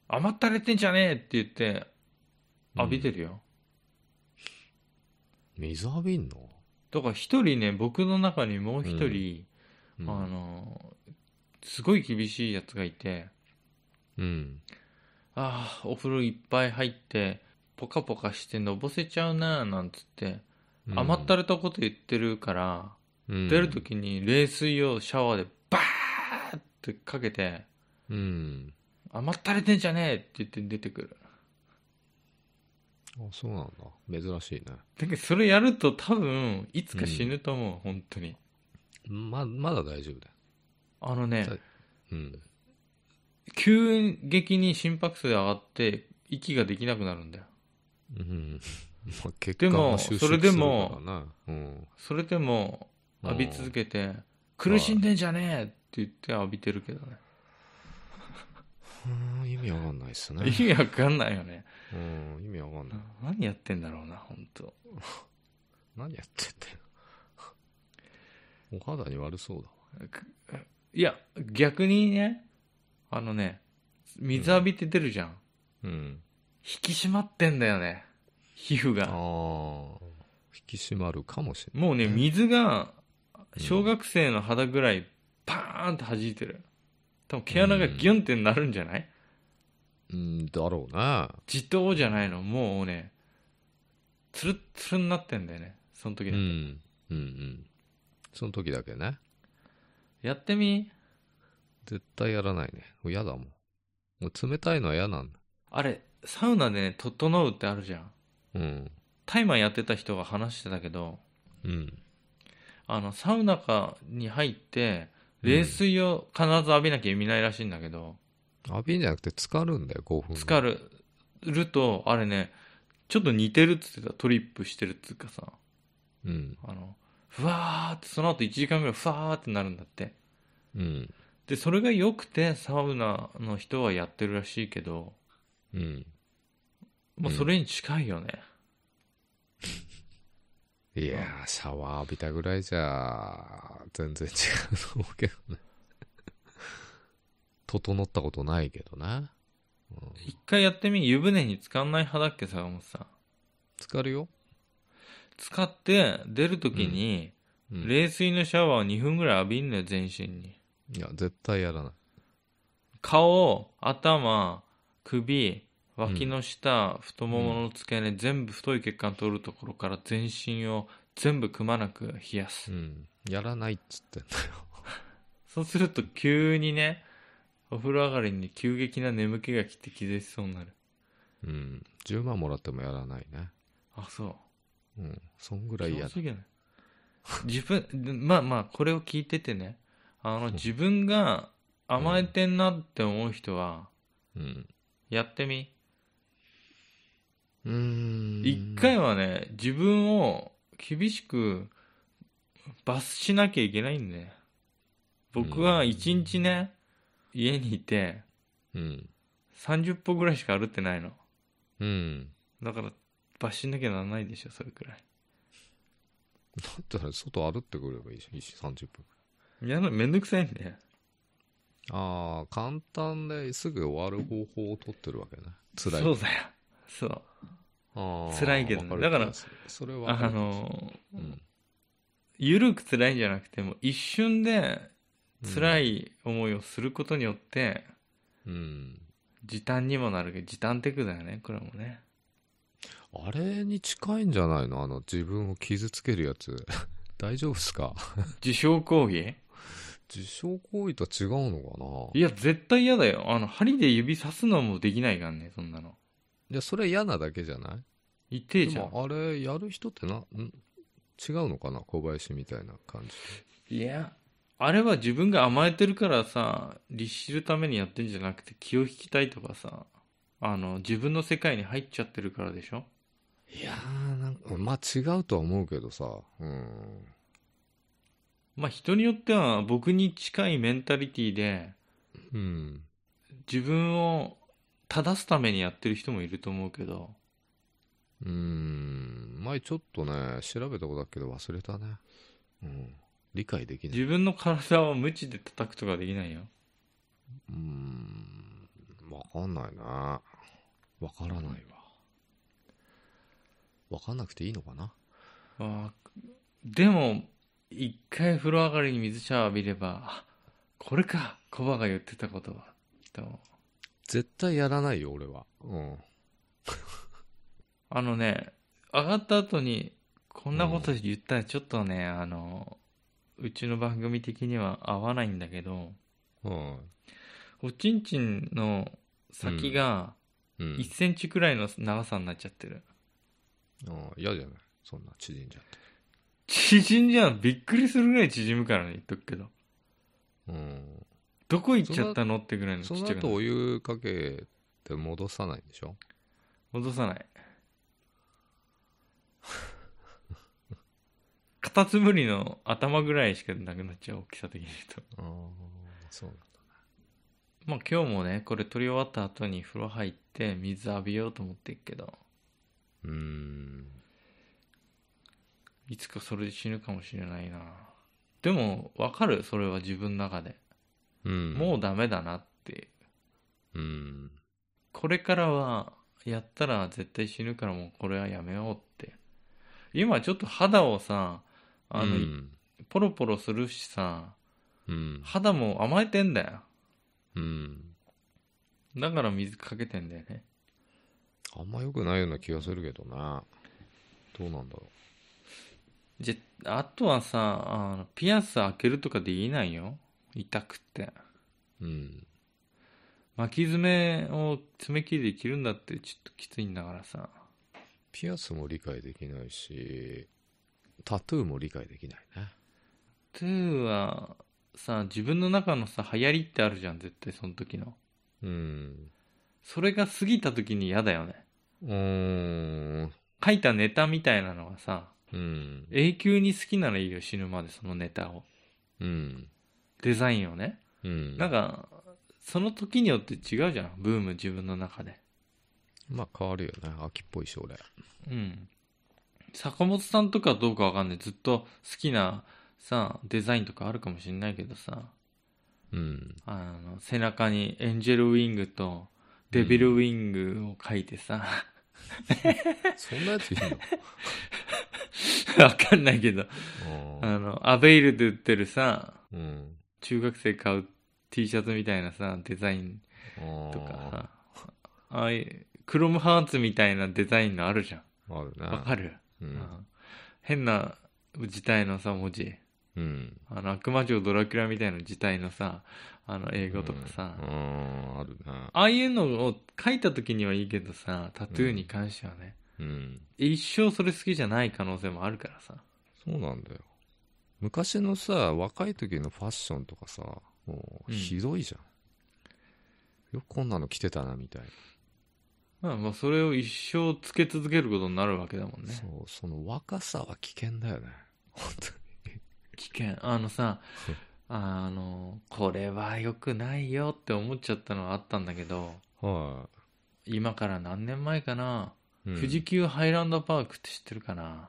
A: 甘ったれてんじゃねえって言って浴びてるよ、
B: 水浴びんの
A: だから一人ね僕の中にもう一人、
B: うん
A: あのすごい厳しいやつがいて
B: うん。
A: ああお風呂いっぱい入ってポカポカしてのぼせちゃうなあなんつって、甘った
B: れ、
A: れたこと言ってるから
B: うん
A: 出ると。きに冷水をシャワーでバーってかけて
B: うん。
A: 甘ったれてんじゃねえって言って出てくる
B: あ、そうなんだ。珍しいね。
A: だけどそれやると多分いつか死ぬと思う、本当に
B: ま、まだ大丈夫だよ。
A: あのね
B: はいうん。
A: 急激に心拍数上がって息ができなくなるんだよ
B: うん。 まあ、結
A: で
B: 果
A: も
B: が収
A: それ
B: 縮
A: です
B: る
A: も
B: からな。うん。
A: それでも浴び続けて苦しんでんじゃねえって言って浴びてるけどね
B: うん意味わかんない っすね。
A: 意味わかんないよね
B: うん、意味わかんない。
A: 何やってんだろうな本当
B: 何やってんだよ。お肌に悪そうだわ。
A: いや逆にねあのね水浴びて出るじゃん、
B: うん。
A: 引き締まってんだよね皮膚
B: あ
A: が
B: あ、引き締まるかもしれない。
A: もうね水が小学生の肌ぐらいパーンって弾いてる多分毛穴がギュンってなるんじゃない、
B: うん、だろうな。
A: 自動じゃないのもうねツルッツルになってんだよねその時
B: う
A: だけ、
B: ん。うんうん。その時だけね。
A: やってみ
B: 絶対やらないね。もう嫌だもん。もう冷たいのは嫌なんだ。
A: あれサウナでね整うってあるじゃん
B: うん。
A: タイマーやってた人が話してたけど
B: うん。
A: あのサウナかに入って冷水を必ず浴びなきゃ意味ないらしいんだけど、
B: 浴びんじゃなくて浸かるんだよ、5分。
A: 浸かるるとあれねちょっと似てるっつってたトリップしてるっつうかさ
B: うん。
A: あのふわーってその後1時間ぐらいふわーってなるんだって
B: うん。
A: でそれが良くてサウナの人はやってるらしいけど
B: うん。
A: もう
B: うん
A: それに近いよね、
B: いやー、シャワー浴びたぐらいじゃ、全然違うと思うけどね。 整ったことないけどな。うん
A: 一回やってみ湯船に浸かんない派だっけ坂本さん
B: 浸かるよ。
A: 使って出る時に
B: うん、い
A: 冷水のシャワーを2分ぐらい浴びんのよ全身に
B: や、絶対やらない。
A: 顔頭首脇の下、太ももの付け根、全部太い血管通るところから全身を全部くまなく冷やす、
B: うん。やらないっつってんだよ。
A: そうすると急にねお風呂上がりに急激な眠気が来て気絶しそうになる
B: うん。10万もらってもやらないね。
A: あそう
B: うん。そんぐらい嫌だ
A: 強す。ぎない自分まあまあこれを聞いててねあの自分が甘えてんなって思う人は
B: うん。
A: やってみ、
B: うーん。
A: 一回はね自分を厳しく罰しなきゃいけないんだよ僕は一日ね家にいて
B: うん。
A: 30歩ぐらいしか歩ってないの
B: うん。
A: だから罰しなきゃならないでしょそれくらい
B: だったら外歩ってくればいいじゃん。30分。
A: いやめんどくさいんだよ
B: ああ、簡単ですぐ終わる方法を取ってるわけね。辛い。
A: そうだよ。そう。
B: あー
A: 辛いけどね
B: わる
A: だから
B: そそれは。
A: あ、の、
B: うん、
A: ゆるく辛いんじゃなくても、一瞬で辛い思いをすることによって、
B: うん。
A: 時短にもなるけど、時短テクだよね、これもね。
B: あれに近いんじゃないのあの、自分を傷つけるやつ。 大丈夫っすか
A: 自傷行為
B: 自傷行為とは違うのか
A: い
B: な
A: や、
B: い
A: 絶対嫌だよ。あの、針で指さすのもできないからね、そんなの。
B: や、それ嫌なだけじゃない
A: 痛えじ
B: で
A: ゃん。
B: もあれやる人ってな、ん違うのかな小林みたいな感じ
A: いや、あれは自分が甘えてるからさ、律するためにやってんじゃなくて、気を引きたいとかさ、あの、自分の世界に入っちゃってるからでしょ
B: で。いやー、なんか、まあ違うとは思うけどさ、うん。
A: まあ、人によっては、僕に近いメンタリティで、
B: うん。
A: 自分を正すためにやってる人もいると思うけど、
B: うん。前ちょっとね、調べたことだけど忘れたね。うん。理解できない。
A: 自分の体を無知で叩くとかできないよ。
B: うん。わかんないな。わからないわ。わかんなくていいのかな
A: あーでも一回風呂上がりに水シャワー浴びればあこれかコバが言ってたことはと
B: 絶対やらないよ、俺は。うん。
A: あのね上がった後にこんなこと言ったらちょっとね、あのうちの番組的には合わないんだけど
B: うん。
A: おちんちんの先が
B: うん
A: 1。センチくらいの長さになっちゃってる、
B: うん嫌じゃないそんな縮んじゃって。
A: 縮んじゃうびっくりするぐらい縮むからね言っとくけど
B: うん。
A: どこ行っちゃったのってぐらいの
B: そ
A: ちっ
B: の
A: ちゃく
B: 後
A: な
B: お
A: る
B: 湯かけて戻さないんでしょ
A: 戻さない カタツムリの頭ぐらいしかなくなっちゃう大きさ的に言うと
B: ああそうなんだ
A: まあ今日もねこれ撮り終わった後に風呂入って水浴びようと思ってっけど
B: うーん
A: いつかそれで死ぬかもしれないなでもわかるそれは自分の中で、
B: うん
A: も
B: う
A: うダメだなって
B: うん
A: これからはやったら絶対死ぬからもうこれはやめようって今ちょっと肌をさあの、
B: うん
A: ポロポロするしさ
B: うん
A: 肌も甘えてんだよ
B: うん
A: だから水かけてんだよね
B: あんま良くないような気がするけどなどうなんだろ
A: じゃあとはさあのピアス開けるとかできないよ痛くって
B: ううん
A: 巻き爪を爪切りで切るんだってちょっときついんだからさ
B: ピアスも理解できないしタトゥーも理解できないね
A: トゥーはさ自分の中のさ流行りってあるじゃん絶対その時の
B: うん
A: それが過ぎた時に嫌だよね
B: うーん
A: 書いたネタみたいなのがさ
B: うん
A: 永久に好きならいいよ死ぬまでそのネタを
B: うん
A: デザインをね
B: うん
A: なんかその時によって違うじゃんブーム自分の中で
B: まあ変わるよね秋っぽいし俺
A: うん坂本さんとかどうかわかんないずっと好きなさデザインとかあるかもしれないけどさ
B: うん
A: あの背中にエンジェルウィングとデビルウィングを書いてさ、
B: そんなやついる
A: わかんないけど
B: のあ
A: あのアベイルで売ってるさ
B: ーうん
A: 中学生買う T シャツみたいなさデザインとかさああいうクロムハーツみたいなデザインのあるじゃん
B: あるね。
A: わかる、
B: う。
A: うんん変な字体のさ文字
B: うん。
A: あの悪魔城ドラキュラみたいな字体のさあの英語とかさ、
B: う
A: あ
B: ん、あるね。
A: あいうのを書いた時にはいいけどさタトゥーに関してはね、
B: うん。
A: 一生それ好きじゃない可能性もあるからさ
B: そうなんだよ。昔のさ、若い時のファッションとかさ、もう、
A: うん
B: ひどいじゃん。よくこんなの着てたな、みたい
A: まあもうそれを一生つけ続けることになるわけだもん
B: な。
A: ね
B: そう、その若さは危険だよね。本
A: 危険あのさ
B: うん
A: あのこれは良くないよって思っちゃったのはあったんだけど
B: 当に。は
A: 今から何年前かな、
B: い。うん
A: 富士急ハイランドパークって知ってるかな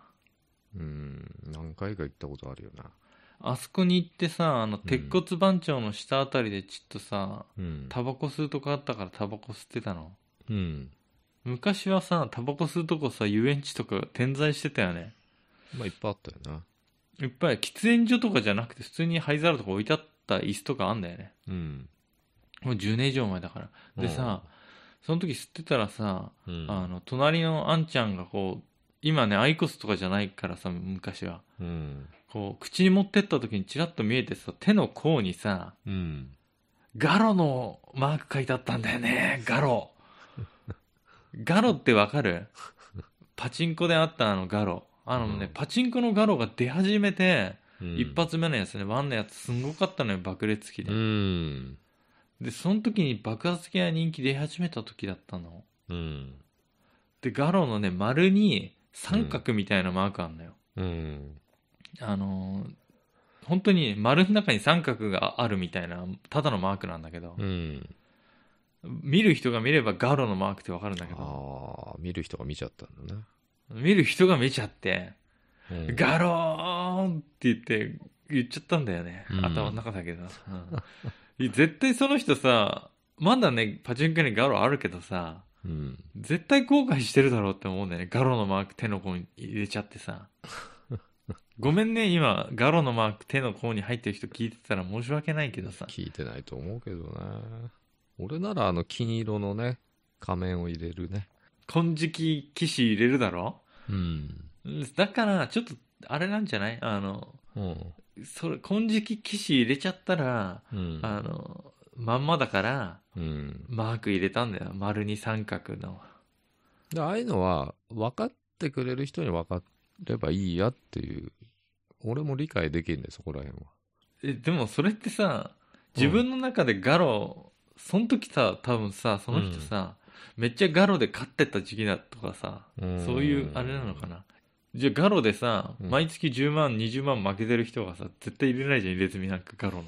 B: うん、何回か行ったことあるよな。
A: あそこに行ってさ、あの、鉄骨番長の下あたりでちょっとさ、
B: うん。
A: タバコ吸うとこあったからタバコ吸ってたの。
B: うん。
A: 昔はさ、タバコ吸うとこさ、遊園地とか点在してたよね。
B: まあ、いっぱいあったよな。
A: いっぱい喫煙所とかじゃなくて、普通に灰皿とか置いてあった椅子とかあんだよね。
B: うん。
A: もう10年以上前だから。でさ、その時吸ってたらさ、
B: うん、
A: あの、隣のあんちゃんがこう、今ね、アイコスとかじゃないからさ、昔は。
B: うん。
A: こう、口に持ってった時にチラッと見えてさ、手の甲にさ、
B: うん。
A: ガロのマーク書いてあったんだよね、ガロ。ガロってわかるパチンコであったあのガロ。あのね、
B: うん
A: パチンコのガロが出始めて、
B: うん
A: 一。発目のやつね、ワンのやつすんごかったのよ、爆裂機で。
B: うん。
A: で、その時に爆発的な人気出始めた時だったの。
B: うん。
A: で、ガロのね、丸に三角みたいなマークあんのよ。
B: うん。
A: あのー本当に丸の中に三角があるみたいな、ただのマークなんだけど、
B: うん。
A: 見る人が見ればガロのマークってわかるんだけど、
B: ああ、見る人が見ちゃったんだな。
A: 見る人が見ちゃって、
B: うん
A: ガローンって言って、言っちゃったんだよね。
B: うん
A: 頭の中だけど。うん 絶対その人さ、まだね、パチンコにガロあるけどさ、
B: うん。
A: 絶対後悔してるだろうって思うんだよね。ガロのマーク手の甲に入れちゃって さ。ごめんね、今、ガロのマーク手の甲に入ってる人聞いてたら申し訳ないけどさ。
B: 聞いてないと思うけどな。俺ならあの金色のね、仮面を入れるね。
A: 金色騎士入れるだろ
B: うん。
A: うんだから、ちょっと、あれなんじゃないあの、
B: うん。
A: それ、金色騎士入れちゃったら、
B: うん。
A: あの、まんまだから、
B: うん。
A: マーク入れたんだよ。丸に三角の。
B: でああいうのは、分かってくれる人に分かればいいやっていう、俺も理解できるんだよ、そこら辺は。
A: え、でもそれってさ、自分の中でガロ、その時さ、多分さ、その人さ、めっちゃガロで勝ってた時期だとかさ、そういうあれなのかな。じゃあガロでさ、
B: うん
A: 毎月10万、20万負けてる人がさ、絶対入れないじゃん、入れ墨なんかガロの。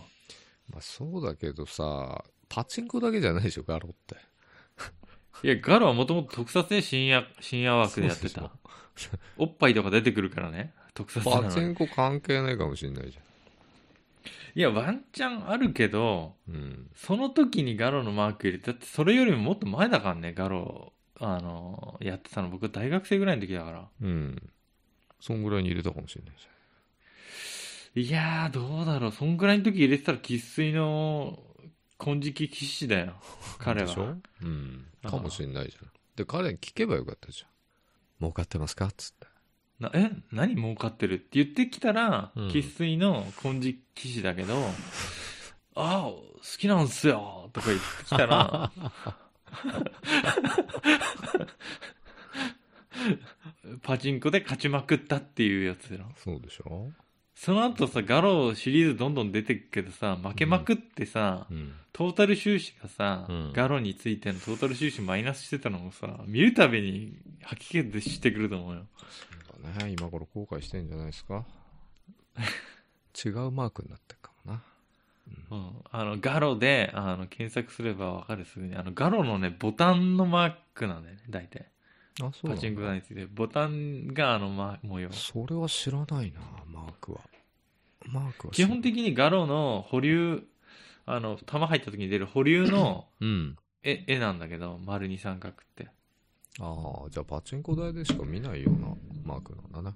B: まあそうだけどさ、パチンコだけじゃないでしょ、ガロって。
A: いや、ガロはもともと特撮で深夜、深夜枠でやって
B: そう
A: た。おっぱいとか出てくるからね、特撮な
B: パ
A: の
B: チ
A: に。
B: ンコ関係ないかもしれないじ
A: いや、ワンチャンあるけど、
B: ゃん。うん。
A: その時にガロのマーク入れて、だってそれよりももっと前だからね、ガロ、あの、やってたの。僕大学生ぐらいの時だから。
B: うん。そんぐらいに入れたかもしれないじ
A: いやー、どうだろう。そんぐらいの時入れてたら生粋の金色騎士だよ。
B: ゃん。
A: 彼
B: でしょ
A: は。
B: うん。
A: ああ
B: かもしれないじゃん。で、彼に聞けばよかったじゃん。儲かってますかっつって。
A: なえ何儲かってるって言ってきたら
B: うん、
A: 生粋の金色騎士だけど、ああ、好きなんすよとか言ってきた ら、パチンコで勝ちまくったっていうやつだろ。
B: そうでしょ
A: その後さ、ガロシリーズどんどん出てくけどさ、負けまくってさ、
B: うん。
A: トータル収支がさ、
B: うん
A: ガロについてのトータル収支マイナスしてたのもさ、見るたびに吐き気でしてくると思うよ。
B: そうだね。今頃後悔してんじゃないですか 違うマークになってるかもな。
A: うん、あの、ガロで、あの、検索すればわかるすぐに。あの、ガロのね、ボタンのマークなんだよね、大体。
B: あ、そう
A: パ
B: なんだ
A: チンコ台について。ボタンがあの、ま、模様。
B: それは知らないな、マークは。マークは知
A: 基
B: ら
A: 本的にガロの保留、あの、玉入った時に出る保留の
B: うん。
A: 絵、絵なんだけど、丸に三角って。
B: ああ、じゃあパチンコ台でしか見ないようなマークなんだな。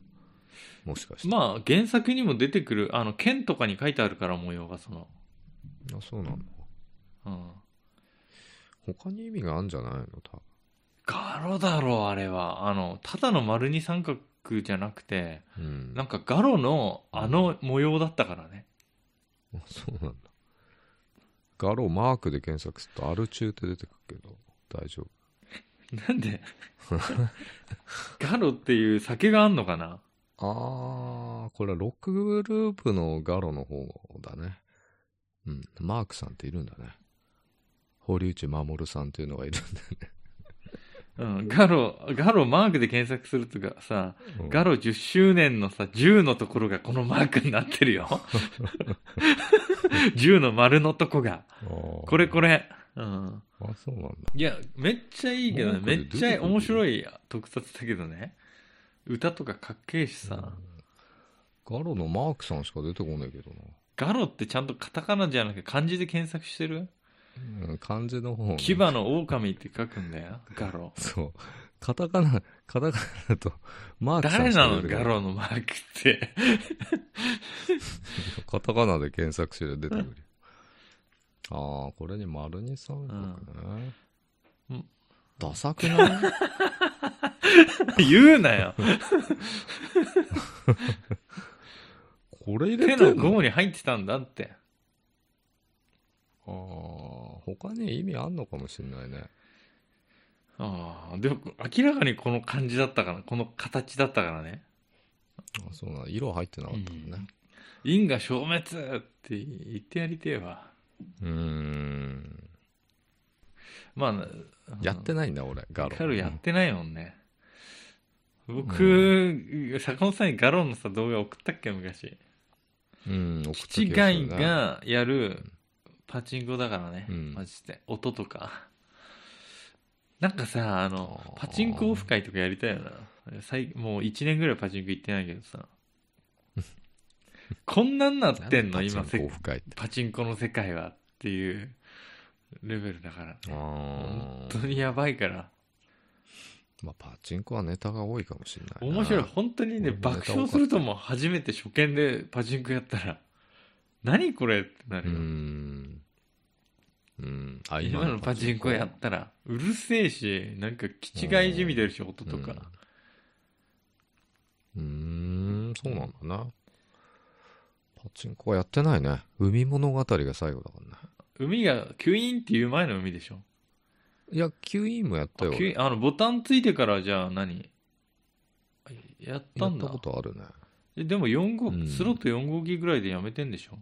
B: もしかして。
A: まあ、原作にも出てくる、あの、剣とかに書いてあるから、模様がその。
B: あ、そうなの。
A: うん。
B: 他に意味があるんじゃないの多
A: ガロだろ、あれは。あの、ただの丸に三角じゃなくて、
B: 分。うん。
A: なんかガロのあの模様だったからね。
B: あそうなんだ。ガロマークで検索するとアル中って出てくるけど、大丈夫。
A: なんでガロっていう酒があんのかな
B: ああ、これはロックグループのガロの方だね。うん。マークさんっているんだね。堀内守さんっていうのがいるんだ
A: うん、ガロ、ガロマークで検索するとかさ、
B: うん
A: ガロ10周年のさ、10のところがこのマークになってるよ。10の丸のとこが。これこれ。うん。
B: あ、そうなんだ。
A: いや、めっちゃいいけどね
B: 文。句
A: め
B: で
A: っちゃ面白い特撮だけどね。歌とかかっけえしさ。
B: ガロのマークさんしか出てこないけど
A: ガロってちゃんとカタカナじゃなくて漢字で検索してる
B: な。うん、漢字の方ね
A: 牙の狼って書くんだよ。ガロ。
B: そう。カタカナ、カタカナだと、マークさん
A: 誰
B: し
A: な
B: か
A: の
B: 出てこ
A: ガロのマークって。
B: カタカナで検索して出てくるよ。ああ、これに丸に三角ね。
A: うん
B: ダサくな い
A: 言うな よ。
B: これ入
A: 手
B: れて
A: の
B: んの
A: ゴムに入ってたんだって。
B: ああ、他に意味あんのかもしんないね。
A: ああ、でも明らかにこの感じだったから、この形だったからね。
B: あそうなの色入ってなかったもんね。
A: 因果消滅って言ってやりてえわ。
B: うーん。
A: まあ、
B: やってないんだ、俺、ガロ。
A: ガロやってないもんね。僕、坂本さんにガロのさ動画送ったっけ昔。
B: うん、送っ
A: キチ
B: た気
A: ガ
B: する
A: イ
B: ね、
A: がやるパチンコだからね、
B: うん
A: マジで音とかなんかさあの
B: あー
A: パチンコオフ会とかやりたいよな最もう1年ぐらいパチンコ行ってないけど さこんなんなってんの今
B: パチンコオ
A: せ
B: フ会って。
A: パチンコの世界はっていうレベルだから
B: あ
A: 本
B: ー
A: 当にやばいから
B: まあ、パチンコはネタが多いかもしれないな。
A: 面白い本当にね
B: 俺もネタ
A: 爆笑すると思う初めて初見でパチンコやったら何これってな
B: う
A: る
B: ー
A: よ、
B: ん。うん。あ、
A: 今のパチンコやったらうるせえしなんか気違いじみ出るし音とか、
B: うん。うーん、そうなんだな。パチンコはやってないね。海物語が最後だからね。
A: 海がキュイーンっていう前の海でしょ
B: いや、吸引もやった
A: あ
B: よ。
A: キュイーンあのボタンついてからじゃあ何やった
B: や
A: ん
B: った
A: だ
B: ことあるね。
A: えでも4号、
B: うん
A: スロット4号機ぐらいでやめてんでしょ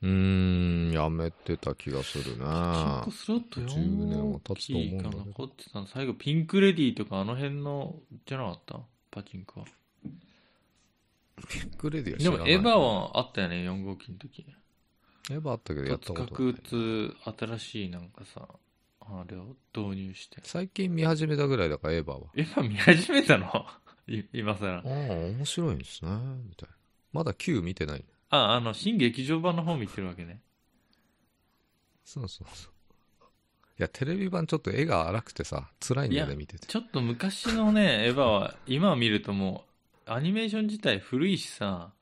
B: うーん、やめてた気がする
A: パ
B: な
A: チンコ。スロット
B: 10年
A: 4
B: は
A: 号
B: 経つと思
A: 機
B: うんだ
A: が
B: けど
A: 残ってたの最後ピンクレディーとかあの辺のじゃなかったパチンコは
B: グレディは知
A: で
B: らな
A: も
B: い
A: エヴァ。はあったよね4号機の時
B: エヴァあったけどやった
A: 突
B: ことない
A: 角打。つ新しいなんかさあれを導入して
B: 最近見始めたぐらいだから、エヴァは。
A: エヴァ見始めたの い今さら
B: ああ、面白いんですね。みたいな。まだ9見てない。
A: ああの新劇場版の方見てるわけね
B: そうそうそう。いや、テレビ版ちょっと絵が荒くてさ、辛いんだよ
A: い
B: ね、
A: や
B: 見てて。
A: ちょっと昔のね エヴァは今見るともうアニメーション自体古いしさ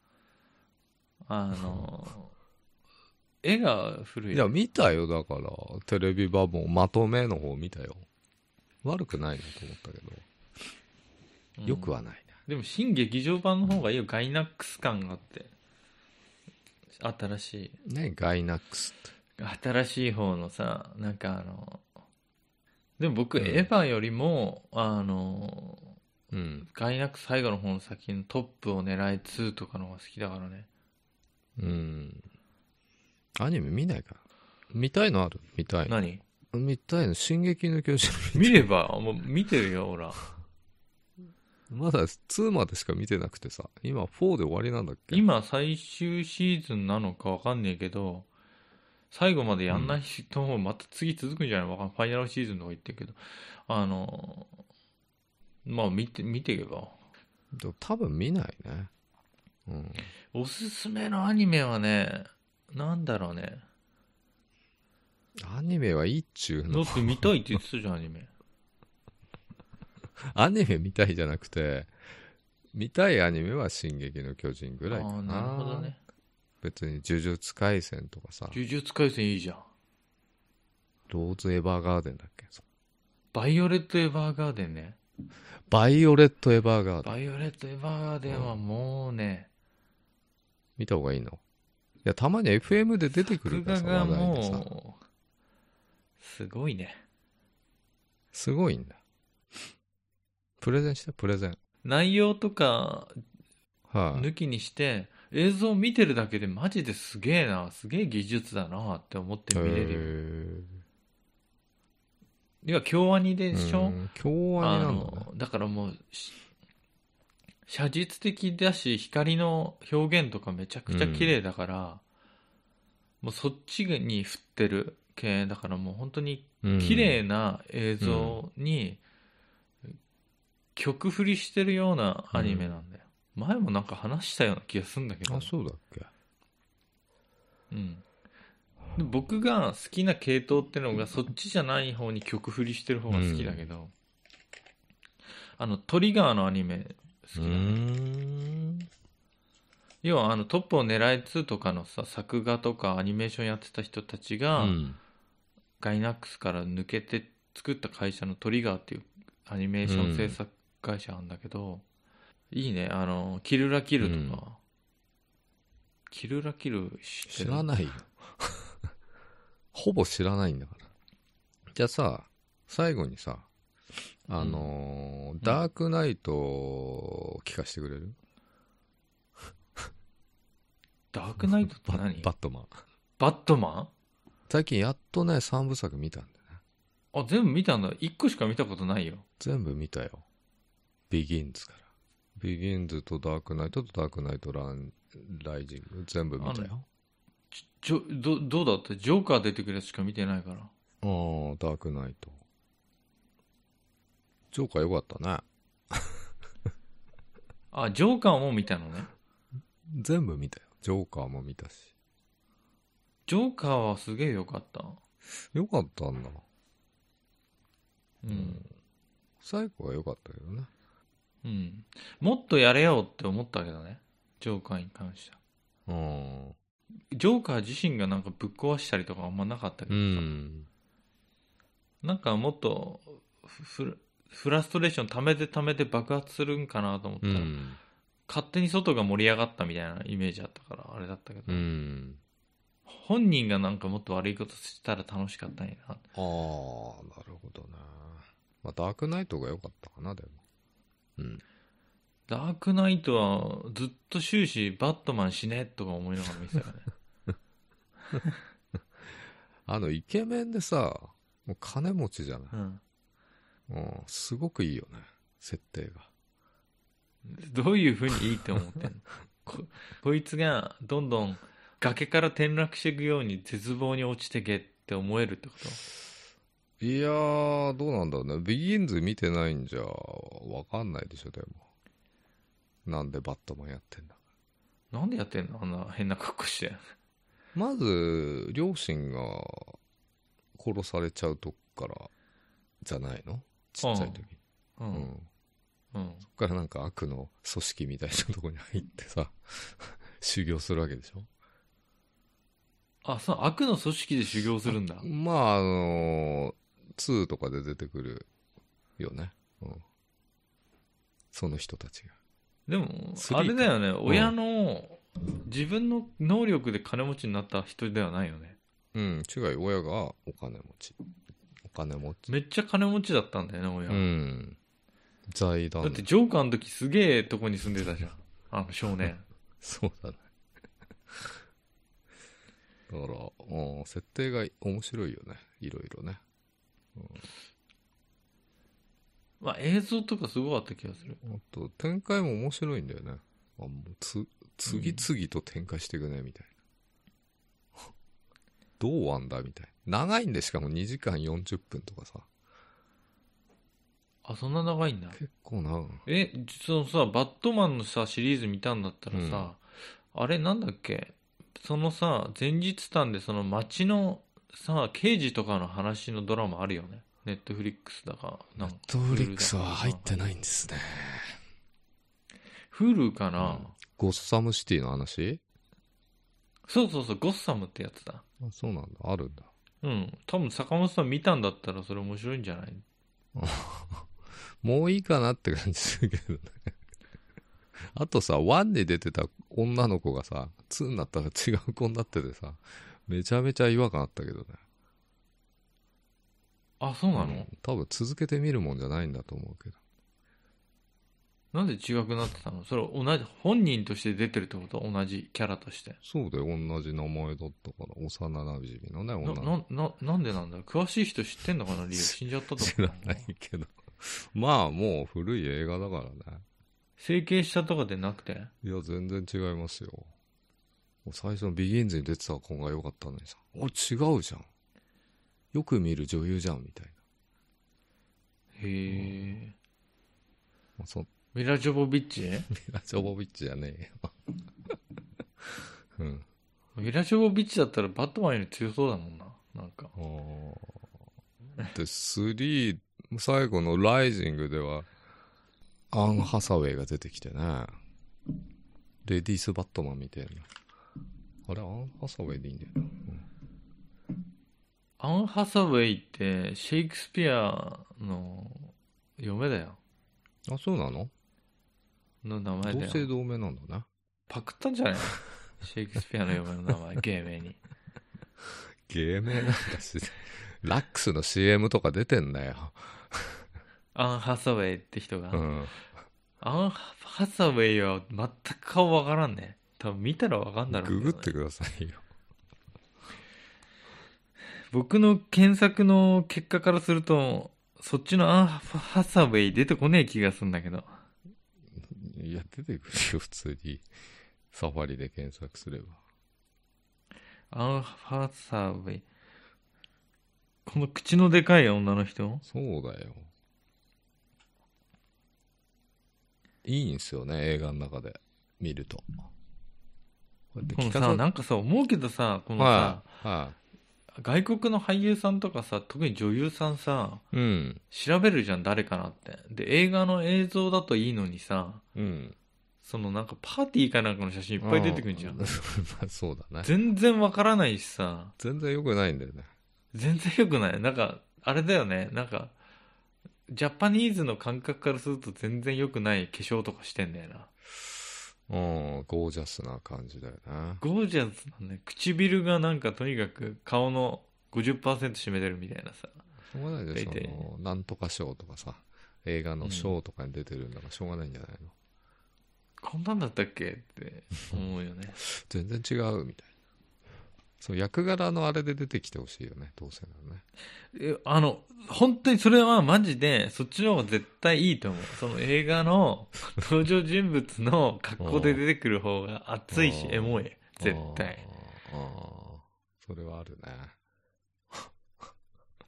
A: あの 絵が古い
B: いや、見たよ、だから、テレビ版もまとめの方見たよ。悪くないなと思ったけど、
A: うん
B: よくはないな。
A: でも新劇場版の方がいいよガイナックス感があって新しい
B: ね、ガイナックスって。
A: 新しい方のさなんかあのでも僕
B: うん
A: エヴァよりも、あの
B: うん。
A: ガイナック最後の方の先のトップを狙い2とかの方が好きだからね
B: うん。アニメ見ないから。見たいのある見たいの。
A: 何
B: 見たいの。進撃の巨人。
A: 見ればもう見てるよほら
B: まだ2までしか見てなくてさ、今4で終わりなんだっけ
A: 今最終シーズンなのかわかんねえけど最後までやんない人もまた次続くんじゃないわかんないファイナルシーズンとか言ってるけどあのまあ見て見ていけば
B: でも多分見ないね。うん。
A: おすすめのアニメはねなんだろうね
B: アニメはいいっちゅう
A: だ
B: の。
A: って見たいって言ってたじゃん、アニメ。
B: アニメ見たいじゃなくて、見たいアニメは「進撃の巨 人」ぐ
A: あ
B: らいか
A: あ、な
B: な。
A: るほどね。
B: 別に「呪術廻戦」とかさ、
A: 呪術廻戦いいじゃん。
B: ローズ・エヴァーガーデンだっけ
A: バイオレット・エヴァーガーデンね。
B: バイオレット・エヴァーガーデン。
A: バイオレット・エヴァーガーデンはもうね、
B: 見た方がいいのいや、たまに FM で出てく
A: 作
B: るか
A: 画
B: らさ、
A: が
B: 話題でさ。
A: もう、すごいね。
B: すごいんだ。プレゼンして、プレゼン。
A: 内容とか
B: はい、
A: 抜きにして、映像見てるだけでマジですげえな、すげえ技術だなって思って見れるよ。
B: る
A: 要は京アニでしょ、
B: 京アニなんだね
A: あ。のだからもうし写実的だし光の表現とかめちゃくちゃ綺麗だから、もうそっちに振ってる系だからもう本当に
B: うん
A: 綺麗な映像に曲振りしてるようなアニメなんだよ、前もなんか話したような気がするんだけど
B: あ
A: な、
B: そうだっけ
A: うん、で僕が好きな系統ってのがそっちじゃない方に曲振りしてる方が好きだけど、あのトリガーのアニメ
B: う
A: 好きだ、
B: ーん
A: 要はあの「トップを狙い2」とかのさ作画とかアニメーションやってた人たちが、
B: うん
A: ガイナックスから抜けて作った会社のトリガーっていうアニメーション制作会社なんだけど、いいねあの「キルラキル」とか、キルラキル知って
B: 知
A: る
B: らないよ ほぼ知らないんだからじゃあさ最後にさあのー
A: ん
B: ダークナイトを聞かせてくれる、
A: ダークナイトって
B: バ
A: 何
B: バットマン
A: バットマン
B: 最近やっとね3部作見たんだよね
A: あ、全部見たんだ。一個しか見たことないよ。
B: 全部見たよビギンズからビギンズとダークナイトとダークナイトランライジング全部見たよ
A: ちょ、ど、どうだったジョーカー出てくるやつしか見てないから。
B: ああーダークナイトジョーカーよかったね
A: あ、ジョーカーも見たのね。
B: 全部見たよジョーカーも見たし
A: ジョーカーはすげえ良かった。
B: よかったんだ
A: うん。
B: 最後は良かったけどね
A: うん。もっとやれよって思ったけどね。ジョーカーに関しては。
B: うん
A: ジョーカー自身がなんかぶっ壊したりとかあんまなかったけ
B: う
A: どさ。
B: ん
A: なんかもっとフフラ、フラストレーション溜めて溜めて爆発するんかなと思った
B: う
A: ら、
B: ん
A: 勝手に外が盛り上がったみたいなイメージあったから、あれだったけど。
B: うん
A: 本人がなんかもっと悪いことしたら楽しかったんやな。
B: ああなるほどねまあダークナイトが良かったかなでもうん
A: ダークナイトはずっと終始バットマン死ねとか思いながら見てたからね。
B: あのイケメンでさもう金持ちじゃない、
A: うん
B: うん、すごくいいよね設定が
A: どういうふうにいいって思 ってんのここいつがどんどん崖から転落していくように絶望に落ちてけって思えるってこと
B: いやーどうなんだろうねビギンズ見てないんじゃわかんないでしょでもなんでバットマンやってんだ
A: なんでやってんのあんな変な格好して。
B: まず両親が殺されちゃうとこからじゃないのちっちゃい時に、
A: う
B: うん
A: ん。うん。
B: そっからなんか悪の組織みたいなとこに入ってさ 修行するわけでしょ
A: あ、そう、悪の組織で修行するんだ。
B: まああの2とかで出てくるよね、うん、その人たちが
A: でも
B: ス、リーか
A: あれだよね。親の、自分の能力で金持ちになった人ではないよね。
B: うん違うよ親がお金持ちお金持ち
A: めっちゃ金持ちだったんだよね、親。
B: うん財団
A: だってジョーカーの時すげえとこに住んでたじゃん。あの少 年。
B: そうだね。だから、うん、設定が面白いよね。いろいろね。
A: まあ映像とかすごかった気がする。
B: あと、展開も面白いんだよね。あもうつ次々と展開していくね、みたいな。 どうあんだみたいな。長いんで、しかも2時間40分とかさ。
A: あ、そんな長いんだ。
B: 結構な。
A: え、そのさ、バットマンのさ、シリーズ見たんだったらさ、あれなんだっけそのさ、前日譚でその街のさ、刑事とかの話のドラマあるよね。ネットフリックスだか、なんか。
B: ト
A: フリックスは入って
B: ないんですね。
A: フルかな、
B: うんゴッサムシティの話
A: そうそうそう、ゴッサムってやつだ。
B: あそうなんだ。あるんだ。
A: うん。多分坂本さん見たんだったらそれ面白いんじゃない
B: もういいかなって感じするけどね。 あとさ、1に出てた女の子がさ、2になったら違う子になっててさ、めちゃめちゃ違和感あったけどね。
A: あ、そうなの、
B: うん多分続けてみるもんじゃないんだと思うけど。
A: なんで違くなってたのそれ同じ本人として出てるってこと同じキャラとして
B: そうだよ、同じ名前だったから、幼馴染みのね、
A: な
B: 女の
A: なななんでなんだ詳しい人知ってんのかな理由死んじゃったと
B: 子。
A: 思う
B: 知らないけど。 まあ、もう古い映画だからね。
A: 整形したとかでなくて
B: いや、全然違いますよ。もう最初のビギンズに出てた子が良かったのにさ、お、違うじゃん。よく見る女優じゃん、みたいな。
A: へえ
B: まあそ
A: ミラ・ジョボビッチ
B: あジョボビッチじゃねえよ。うん。
A: ミラ・ジョボビッチだったらバットマンより強そうだもんな。なんか。
B: あーで、3、最後のライジングでは、アン・ハサウェイが出てきてね。レディース・バットマンみたいな。あれ、アン・ハサウェイでいいんだよな。
A: アン・ハサウェイってシェイクスピアの嫁だよ。
B: うんあ、そうなの
A: の名前だ
B: 同姓
A: よ。
B: 同名なんだね。
A: パクったんじゃないシェイクスピアの嫁の名前、芸名に。
B: 芸名なんだし、 ラックスの CM とか出てんだよ。
A: アン・ハサウェイって人が。
B: うん。
A: アン・ハサウェイは全く顔わからんね。多分見たらわかんだろうけど
B: グ
A: ね
B: グってくださいよ。
A: 僕の検索の結果からすると、そっちのアン・ハサウェイ出てこねえ気がするんだけど。
B: いや、出てくるよ、普通に。サファリで検索すれば。
A: アン・ハサウェイ。この口のでかい女の人
B: そうだよ。いいんすよね、映画の中で見ると。こうやって
A: この
B: 聞か
A: さ、
B: さ
A: なんかさ、思うけどさ、このさ
B: は、い、は
A: 外国の俳優さんとかさ、特に女優さんさ、
B: い。うん、
A: 調べるじゃん、誰かなって。で、映画の映像だといいのにさ、
B: うん。
A: そのなんかパーティーかなんかの写真いっぱい出てくるじゃ
B: うん ま。あそうだね。
A: 全然わからないしさ、
B: 全然良くないんだよね。
A: 全然良くない。なんか、あれだよね、なんか、ジャパニーズの感覚からすると全然良くない化粧とかしてんだよな。
B: うん、ゴージャスな感じだよね。
A: ゴージャスなんだね。唇がなんかとにかく顔の50%占めてるみたいなさ。
B: しょうがないでしょ、
A: 大体
B: そのなんとか賞とかさ、映画の賞とかに出てるんだからしょうがないんじゃないの、
A: こんなんだったっけって思うよね。
B: 全然違うみたいな。そう、役柄のあれで出てきてほしいよね、どうせならね。
A: えあの、本当にそれはマジで、そっちの方が絶対いいと思う。その映画の登場人物の格好で出てくる方が熱いし、
B: うん
A: エモい。絶対。
B: あー。あーそれはあるね。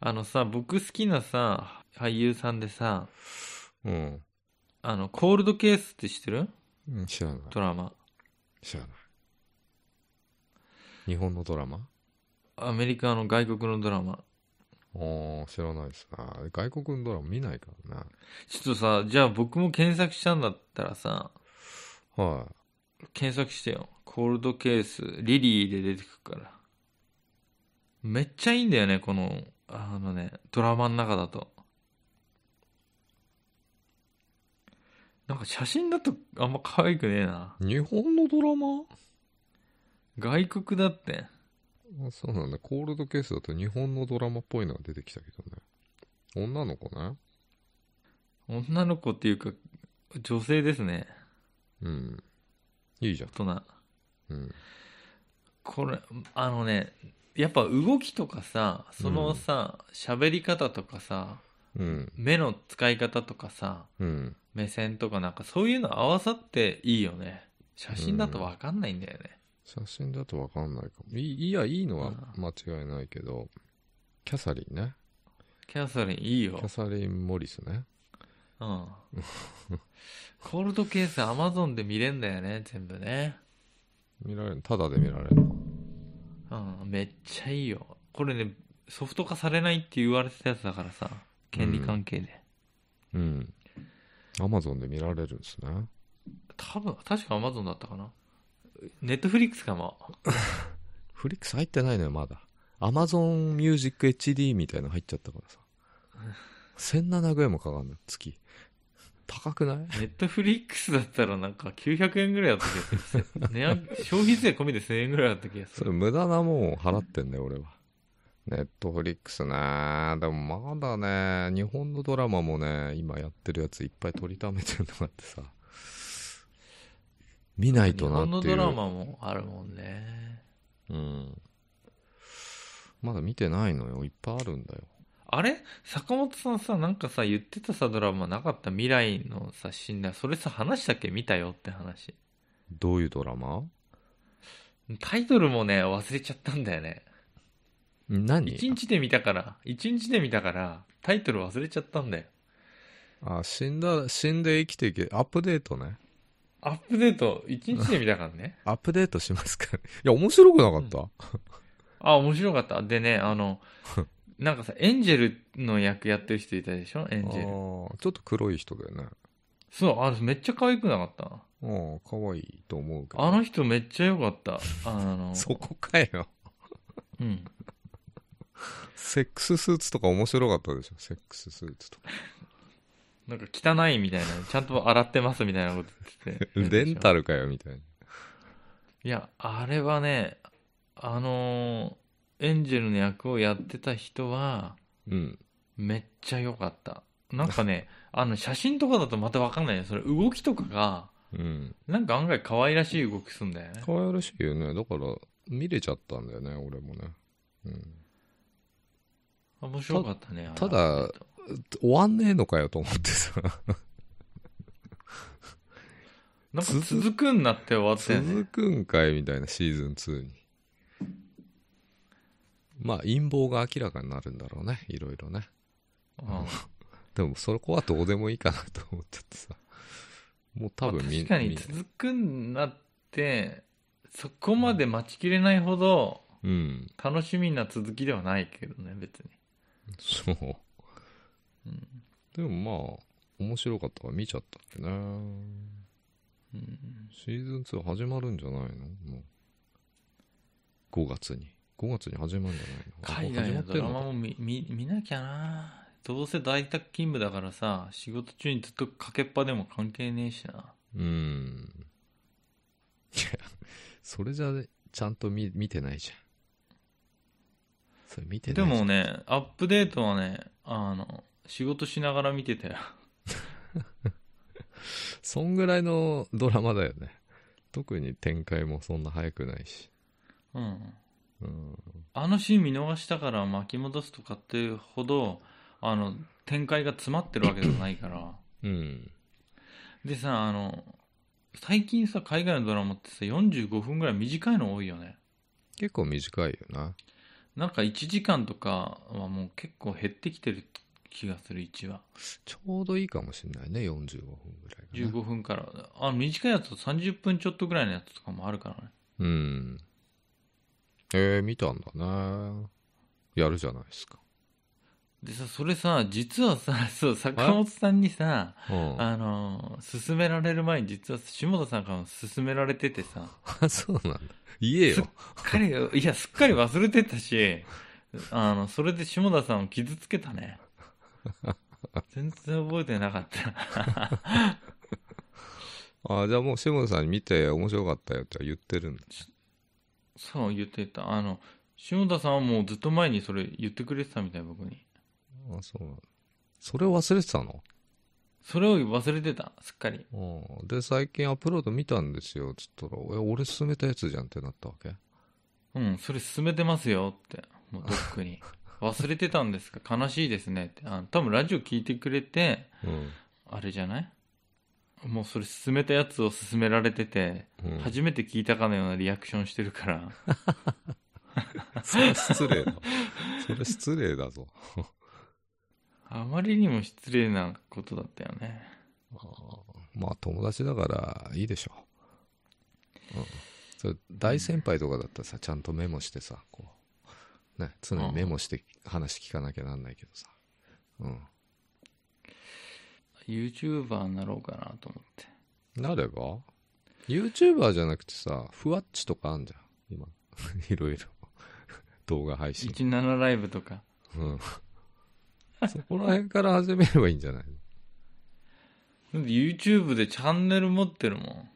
A: あのさ、僕好きなさ、俳優さんでさ、
B: うん
A: あの、コールドケースって知ってる
B: うん。知らない。
A: ドラマ。
B: 知らない。日本のドラマ
A: アメリカの外国のドラマ。
B: ああ、知らないですな。外国のドラマ見ないからね。
A: ちょっとさ、じゃあ僕も検索したんだったらさ、
B: は
A: 検索してよ。コールドケース、リリーで出てくるから。めっちゃいいんだよね、この、あのね、ドラマの中だと。なんか写真だとあんま可愛くねえな。
B: い。日本のドラマ
A: 外国だって。
B: あそうなんだ。コールドケースだと日本のドラマっぽいのが出てきたけどね。女の子ね。
A: 女の子っていうか、女性ですね。
B: うん。いいじゃん。
A: 大人。
B: うん。
A: これ、あのね、やっぱ動きとかさ、そのさ、喋、り方とかさ、
B: うん。
A: 目の使い方とかさ、
B: うん。
A: 目線とかなんかそういうの合わさっていいよね写真だと分かんないんだよね、
B: 写真だとわかんないかも。いいいや、いいのは間違いないけど、キャサリンね。
A: キャサリンいいよ
B: キャ、サリン・モリスね。
A: うん、コールドケースアマゾンで見れんだよね全部ね、
B: 見られるただで見られるの
A: うん、めっちゃいいよこれねソフト化されないって言われてたやつだからさ権利関係で、
B: うんアマゾンで見られるんですね
A: 多分確かアマゾンだったかなネットフリックスかも
B: フリックス入ってないのよまだアマゾンミュージック HD みたいなの入っちゃったからさ1700円もかかんの月高くない
A: ネットフリックスだったらなんか900円ぐらいだった気がする値上げ消費税込みで1000円ぐらいだった気がす
B: それ
A: る
B: 無駄なもん払ってんだよ俺はネットフリックスねでもまだね日本のドラマもね今やってるやついっぱい取りためてるのがあってさ見ない
A: 日
B: とな
A: 本の
B: って
A: ド
B: いう
A: ラマもあるもんね
B: うんまだ見てないのよいっぱいあるんだよ
A: あれ坂本さんさ、なんかさ、言ってたさ、ドラマなかった未来のさ、死んだ。それさ、話したっけ見たよって話。
B: どういうドラマ
A: タイトルもね、忘れちゃったんだよね。
B: 何
A: 一日で見たから、一日で見たから、タイトル忘れちゃったんだよ。
B: あ、死んだ、死んで生きていけ、アップデートね。
A: アップデート、1日で見たからね。
B: アップデートしますか いや、面白くなかった、
A: あ、面白かった。でね、あ の、なんかさ、エンジェルの役やってる人いたでしょエ
B: あ
A: ン
B: あ
A: ジェル。
B: ーちょっと黒い人だよね。
A: そう、あの、めっちゃ可愛くなかった。
B: うん、可愛いと思うけど。
A: あの人めっちゃ良かった。あの、
B: そこかよ。
A: うん。
B: セックススーツとか面白かったでしょセックススーツ とか。。
A: なんか汚いみたいな、ちゃんと洗ってますみたいなこと言ってて
B: レンタ
A: ル
B: ルかよ、みたいな。
A: いや、あれはね、あのーエンジェルの役をやってた人は、
B: うん。
A: めっちゃ良かった。なんか ね、あの、写真とかだとまたわかんないね。それ動きとかが、
B: うん。
A: なんか案外可愛らしい動きすんだよね。
B: 可愛らしいよね。だから、見れちゃったんだよね、俺もね。うん。
A: 面白かったね。
B: た
A: あれは
B: た終わんねえのかよと思ってさ。
A: なんか続くんなって終わったよ
B: 続
A: ね。
B: くんかいみたいなシーズン2にまあ陰謀が明らかになるんだろうねいろいろね
A: うん
B: でもそこはどうでもいいかなと思っちゃってさもう多分み
A: 確かに
B: み
A: 続くんなってそこまで待ちきれないほど
B: うん
A: 楽しみな続きではないけどね別に、
B: そう
A: うん
B: でもまあ面白かったから見ちゃったんでね
A: うん
B: シーズン2始まるんじゃないのもう5月に5月に始まるんじゃない
A: 海
B: の
A: 外
B: も
A: の
B: う
A: ドラマ
B: か
A: も見見見なきゃなどうせ在宅勤務だからさ仕事中にずっとかけっぱでも関係ねえしな
B: うんいや、それじゃね、ちゃんと見見てないじゃん。それ見て
A: で
B: ないじゃん。
A: もねアップデートはねあの仕事しながら見てたよ
B: そんぐらいのドラマだよね。特に展開もそんな早くないし。
A: うん
B: うん。
A: あのシーン見逃したから巻き戻すとかっていうほどあの展開が詰まってるわけじゃないから
B: うん。
A: でさあの最近さ海外のドラマってさ45分ぐらい短いの多いよね
B: 結構短いよな。
A: なんか1時間とかはもう結構減ってきてる気がする1話
B: ちょうどいいかもしんないね、45分ぐらいがね、
A: 15分からあの短いやつと30分ちょっとぐらいのやつとかもあるからね
B: うん。えー、見たんだね。やるじゃないですか。
A: でさそれさ実はさ そう坂本さんにさ
B: うん。
A: あの勧められる前に実は下田さんからも勧められててさ
B: そうなんだ。言え よ。
A: 彼いやすっかり忘れてたしあのそれで下田さんを傷つけたね全然覚えてなかった
B: あじゃあもう下野さんに見て面白かったよって言ってるんだ。
A: そう言ってたあの下田さんはもうずっと前にそれ言ってくれてたみたい僕に
B: あそうなんだそれ忘れてたの
A: それを忘れてたすっかり
B: うんで最近アップロード見たんですよつったら「え俺勧めたやつじゃん」ってなったわけ
A: うんそれ進めてますよってもうとっくに 忘れてたんですか悲しいですねってあの多分ラジオ聞いてくれて
B: うん、
A: あれじゃないもうそれ進めたやつを勧められてて
B: うん、
A: 初めて聞いたかのようなリアクションしてるから
B: それ失礼だそれ失礼だぞ
A: あまりにも失礼なことだったよね
B: あまあ友達だからいいでしょうん、それ大先輩とかだったらさちゃんとメモしてさこうね常にメモして話聞かなきゃなんないけどさうん、
A: YouTuber になろうかなと思って
B: なれば ?YouTuber じゃなくてさ、ふわっちとかあんじゃん。今。 いろいろ。動画配信。
A: 17ライブとか
B: うん。そこら辺から始めればいいんじゃない
A: だって YouTube でチャンネル持ってるもん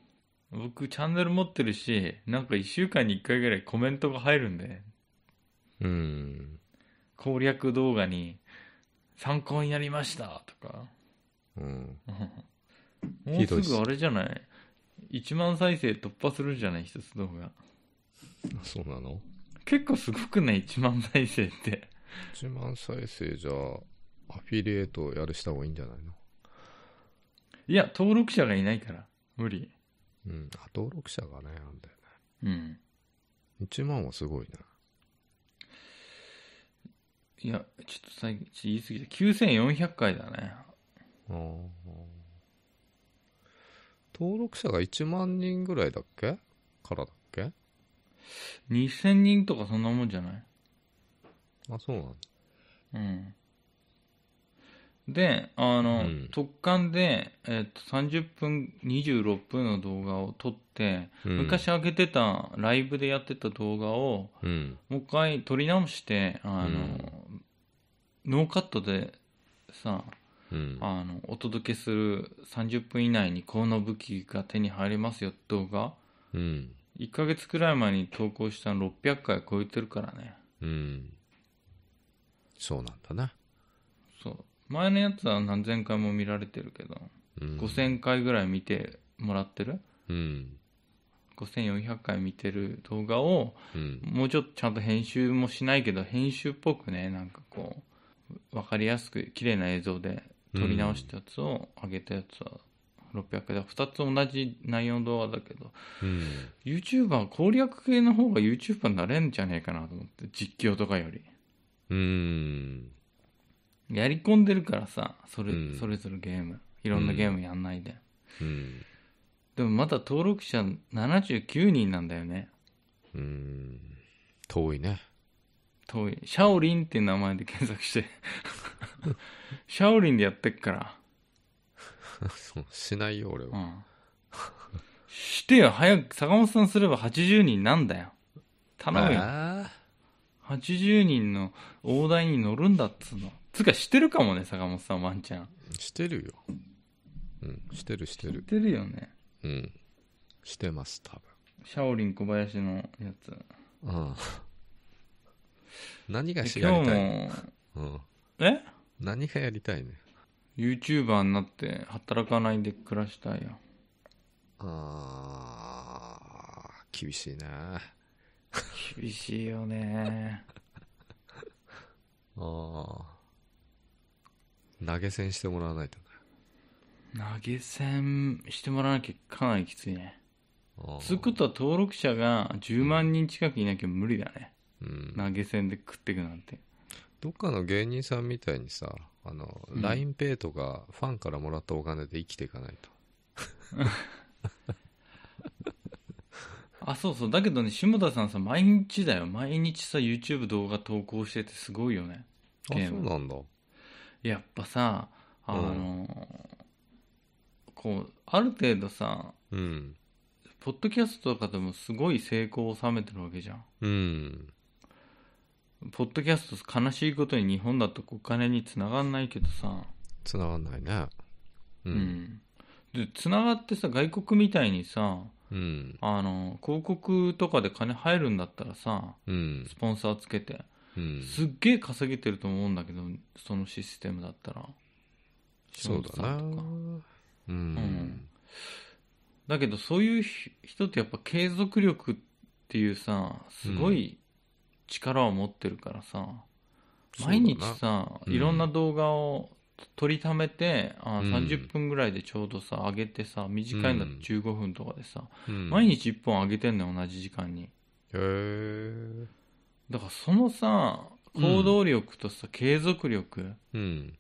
A: 僕チャンネル持ってるしなんか1週間に1回ぐらいコメントが入るんで
B: うん。
A: 攻略動画に「参考になりました」とか
B: うん。
A: うんも
B: ひ
A: う
B: どい
A: す
B: っ
A: ぐ
B: す
A: あれじゃない1万再生突破するじゃない一つ動画
B: そうなの
A: 結構すごくない1万再生って
B: ?1 万再生じゃ、アフィリエイトやるした方がいいんじゃないの
A: いや登録者がいないから無理
B: うん。あ、登録者がね、あんだよ
A: うん
B: ね。1万はすごいな。
A: いやちょっと最近ちょっと言い過ぎた9400回だね
B: あー登録者が1万人ぐらいだっけからだっけ
A: 2000人とかそんなもんじゃない
B: あ、そうなんだ。
A: うん。で、あの、
B: うん
A: 特艦で、えっと30分、26分の動画を撮って、
B: うん
A: 昔上げてた、ライブでやってた動画を、
B: うん。
A: もう一回撮り直して、あの、ノーカットでさ、
B: うん。
A: あの、お届けする30分以内にこの武器が手に入りますよって動画、
B: うん。
A: 1ヶ月くらい前に投稿したの600回超えてるからね。
B: うん。そうなんだね。
A: そう。前のやつは何千回も見られてるけど、
B: うん。
A: 5000回ぐらい見てもらってる
B: うん。
A: 5400回見てる動画を
B: うん。
A: もうちょっとちゃんと編集もしないけど編集っぽくねなんかこう分かりやすく綺麗な映像で撮り直したやつを上げたやつは600回だ2つ同じ内容の動画だけど
B: うん。
A: YouTuber 攻略系の方が YouTuber になれんじゃねえかなと思って実況とかより
B: うん。
A: やり込んでるからさそれ,、
B: うん
A: それぞれゲームいろんなゲームやんないで、
B: うん。
A: でもまだ登録者79人なんだよね
B: うん。遠いね。
A: 遠いシャオリンっていう名前で検索して シャオリンでやってっから、
B: そうしないよ、俺
A: う
B: は。
A: ん、してよ早く坂本さんすれば80人なんだよ頼むよ
B: あ
A: 80人の大台に乗るんだっつうのつうかしてるかもね坂本さんワンちゃん
B: ーしてるよ。うん。してる、して
A: 知っ
B: る。
A: てるよね
B: うん。してます、多
A: シャオリン小林のやつ
B: 分。うん。何が
A: で
B: しや
A: 今
B: り
A: 日
B: たい
A: も
B: うん。
A: え
B: 何がやりたいね。
A: YouTuber になって働かないで暮らしたいよ
B: ああ、厳しいな。
A: 厳しいよね
B: ああ。投げ銭してもらわないとね。
A: 投げ銭してもらわなきゃかなりきついね
B: ああ
A: つうことは登録者が10万人近くいなきゃ無理だね
B: うん。
A: 投げ銭で食っていくなんて
B: どっかの芸人さんみたいにさ、あの、
A: うん
B: LINEPay とかファンからもらったお金で生きていかないと。
A: あそうそうだけどね下田さんさ毎日だよ毎日さ YouTube 動画投稿しててすごいよね
B: あ、
A: ゲー
B: そう
A: ム
B: なんだ。
A: やっぱさあのこうある程度さ
B: うん。
A: ポッドキャストとかでもすごい成功を収めてるわけじゃん
B: うん。
A: ポッドキャスト悲しいことに日本だとお金につながんないけどさ、
B: つながんないね。う。
A: うんん、でつながってさ外国みたいにさ
B: うん。
A: あの広告とかで金入るんだったらさ
B: うん
A: ス。ポンサーつけて
B: うん。
A: すっげえ稼げてると思うんだけどそのシステムだったら
B: そうだな。
A: 島本さんとか
B: うん
A: ん。だけどそういうひ人ってやっぱ継続力っていうさすごい力を持ってるからさ、毎日
B: そうだな
A: さ
B: うん
A: いろんな動画を撮りためて、あ
B: うん
A: 30分ぐらいでちょうどさ上げてさ短いんだと
B: うん
A: 15分とかでさ、
B: うん
A: 毎日1本上げてんのよ同じ時間に
B: へえ。
A: だからそのさ行動力とさ、継続力
B: うん。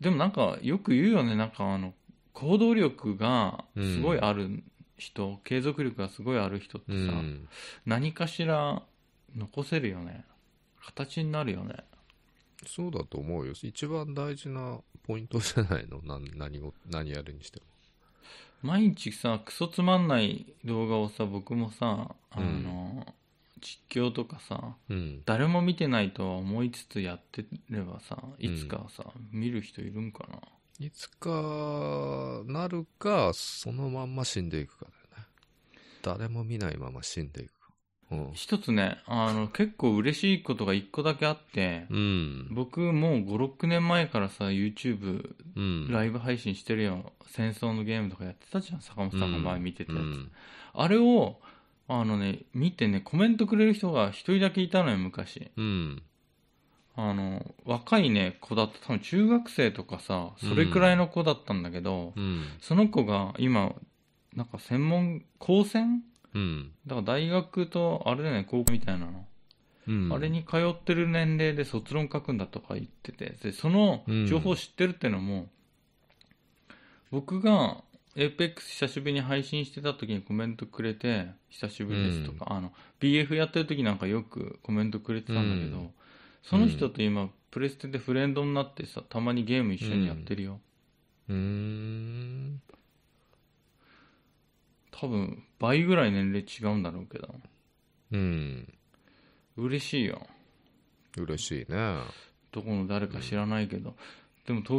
A: でもなんかよく言うよねなんかあの行動力がすごいある人、継続力がすごいある人って
B: う
A: さ、
B: ん。
A: 何かしら残せるよね形になるよね
B: そうだと思うよ。一番大事なポイントじゃないの 何何を何やるにしても。
A: 毎日さクソつまんない動画をさ僕もさあの、実況とかさ
B: うん。
A: 誰も見てないとは思いつつやってればさいつかはさ、見る人いるんかない
B: つかなるか、そのまんま死んでいくかだよね。誰も見ないまま死んでいくか。うん。
A: 一つねあの結構嬉しいことが一個だけあって、
B: うん。
A: 僕もう56年前からさ YouTube
B: うん。
A: ライブ配信してるよ、戦争のゲームとかやってたじゃん坂本さんが前見てた
B: う
A: やつ、
B: ん。
A: あれをあのね見てねコメントくれる人が一人だけいたのよ昔
B: うん。
A: あの若いね子だった多分中学生とかさそれくらいの子だったんだけど、
B: うん。
A: その子が今なんか専門高専
B: うん。
A: だから大学とあれだよね高校みたいなの
B: うん。
A: あれに通ってる年齢で卒論書くんだとか言っててでその情報を知ってるっていうのも、僕が APEX 久しぶりに配信してた時にコメントくれて久しぶりですとか、あの BF やってる時なんかよくコメントくれてたんだけど、
B: うん
A: その人と今プレステでフレンドになってさたまにゲーム一緒にやってるよ、
B: うーん。
A: 多分倍ぐらい年齢違うんだろうけど
B: うん。
A: 嬉しいよ
B: 嬉しいね。
A: どこの誰か知らないけど、でも東